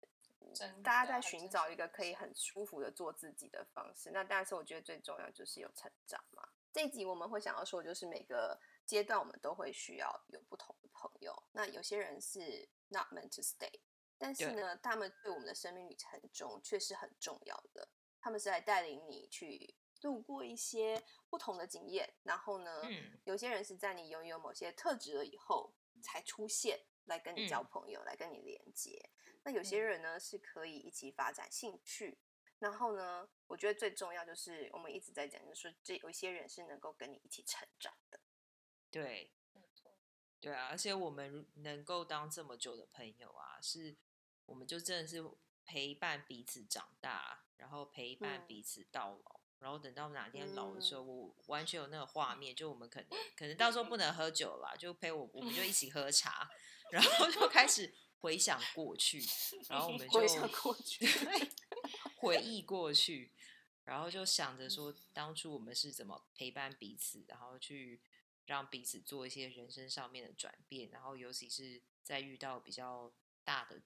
Speaker 3: 真
Speaker 1: 大家
Speaker 3: 的
Speaker 1: 在
Speaker 3: 很
Speaker 1: 寻
Speaker 3: 真
Speaker 1: 找
Speaker 3: 实
Speaker 1: 一个
Speaker 3: 的
Speaker 1: 可以很舒服的做自己的方式。那但是我觉得最重要就是有成长嘛。这一集我们会想要说，就是每个阶段我们都会需要有不同的朋友。那有些人是 not meant to stay，但是
Speaker 2: 对
Speaker 1: 呢，他们对我们的生命旅程中却是很重要的。他们是来带领你去度过一些不同的经验，然后呢，
Speaker 2: 嗯
Speaker 1: 有些人是在你拥有某些特质了以后才出现，来跟你交
Speaker 2: 嗯
Speaker 1: 朋友，来跟你连接。那有些
Speaker 3: 嗯
Speaker 1: 人呢是可以一起发展兴趣，然后呢，我觉得最重要就是我们一直在讲，就是说这有一些人是能够跟你一起成长的。
Speaker 2: 对
Speaker 3: 没错
Speaker 2: 对啊，而且我们能够当这么久的朋友啊，是我们就真的是陪伴彼此长大，然后陪伴
Speaker 1: 嗯
Speaker 2: 彼此到老。然后等到哪天老的时候，我完全有那个画面，就我们可能可能到时候不能喝酒啦，就陪我，我们就一起 喝茶，然后就开始回想过去，然后我们就
Speaker 1: 回想过 去
Speaker 2: 回忆过去，然后就想着说，当初我们是怎么陪伴彼此，然后去让彼此做一些人生上面的转变，然后尤其是在遇到比较大的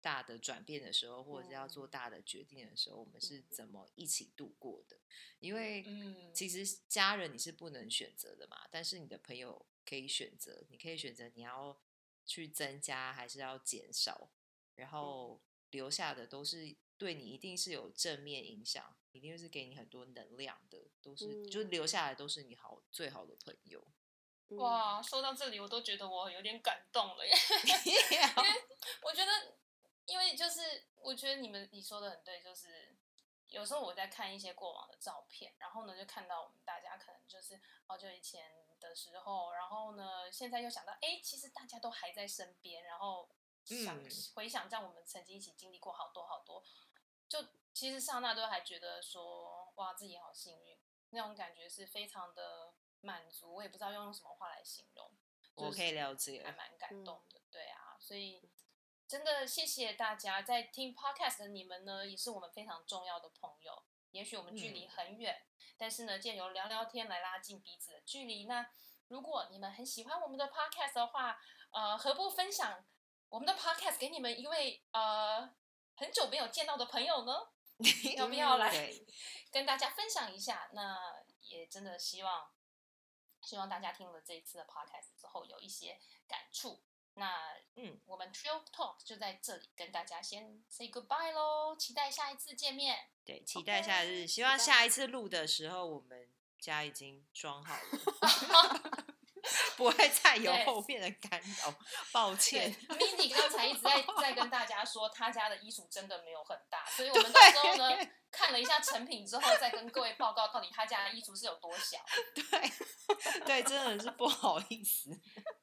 Speaker 2: 大的转变的时候，或者是要做大的决定的时候，我们是怎么一起度过的？因为
Speaker 3: 嗯
Speaker 2: 其实家人你是不能选择的嘛，但是你的朋友可以选择，你可以选择你要去增加还是要减少，然后留下的都是对你一定是有正面影响，一定是给你很多能量的，都是、就
Speaker 1: 嗯
Speaker 2: 留下来都是你好最好的朋 友。
Speaker 3: 哇，说到这里我都觉得我有点感动了耶。我觉得，因为就是我觉得你们你说的很对，就是有时候我在看一些过往的照片，然后呢就看到我们大家可能就是好久以前的时候，然后呢现在又想到，哎，其实大家都还在身边，然后想、
Speaker 2: 嗯
Speaker 3: 回想像我们曾经一起经历过好多好多，就其实刹那都还觉得说，哇，自己好幸运，那种感觉是非常的满足，我也不知道用什么话来形容。
Speaker 2: 我可以了解
Speaker 3: 还蛮感动的。对啊，所以真的谢谢大家在听 podcast 的你们呢，也是我们非常重要的朋友。也许我们距离很远，但是呢，借由聊聊天来拉近彼此的距离。那如果你们很喜欢我们的 podcast 的话，呃，何不分享我们的 podcast 给你们一位呃很久没有见到的朋友呢？要不要来
Speaker 2: 对
Speaker 3: 跟大家分享一下。那也真的希望，希望大家听了这一次的 podcast 之后有一些感触。那
Speaker 2: 嗯，
Speaker 3: 我们 Trio Talk 就在这里跟大家先 say goodbye 喽，期待下一次见面。
Speaker 2: 对，期待下次，希
Speaker 1: 期待
Speaker 2: 望下一次录的时候，我们家已经装好了， 不会再有
Speaker 3: 对
Speaker 2: 后面的干扰。抱
Speaker 3: 对
Speaker 2: 歉，
Speaker 3: ，Mindy 刚才一直在在跟大家说，她家的衣橱真的没有很大，所以我们到时候呢看了一下成品之后，再跟各位报告到底她家的衣橱是有多小。
Speaker 2: 对 对，真的是不好意思。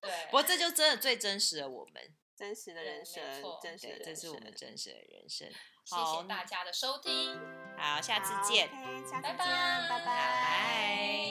Speaker 3: 对
Speaker 2: 不，过这就真的最真实的我们，
Speaker 1: 真实的
Speaker 3: 对
Speaker 1: 人
Speaker 3: 没
Speaker 1: 生
Speaker 3: 错，
Speaker 1: 真实的
Speaker 2: 对，这
Speaker 1: 人
Speaker 2: 是我
Speaker 1: 生
Speaker 2: 们真实的人生。
Speaker 3: 谢
Speaker 2: 好
Speaker 3: 谢大家的收听。
Speaker 2: 好，下次
Speaker 1: 好
Speaker 2: 见。
Speaker 1: ，OK，下次
Speaker 3: 拜
Speaker 1: 见，
Speaker 3: 拜
Speaker 1: 拜
Speaker 2: 拜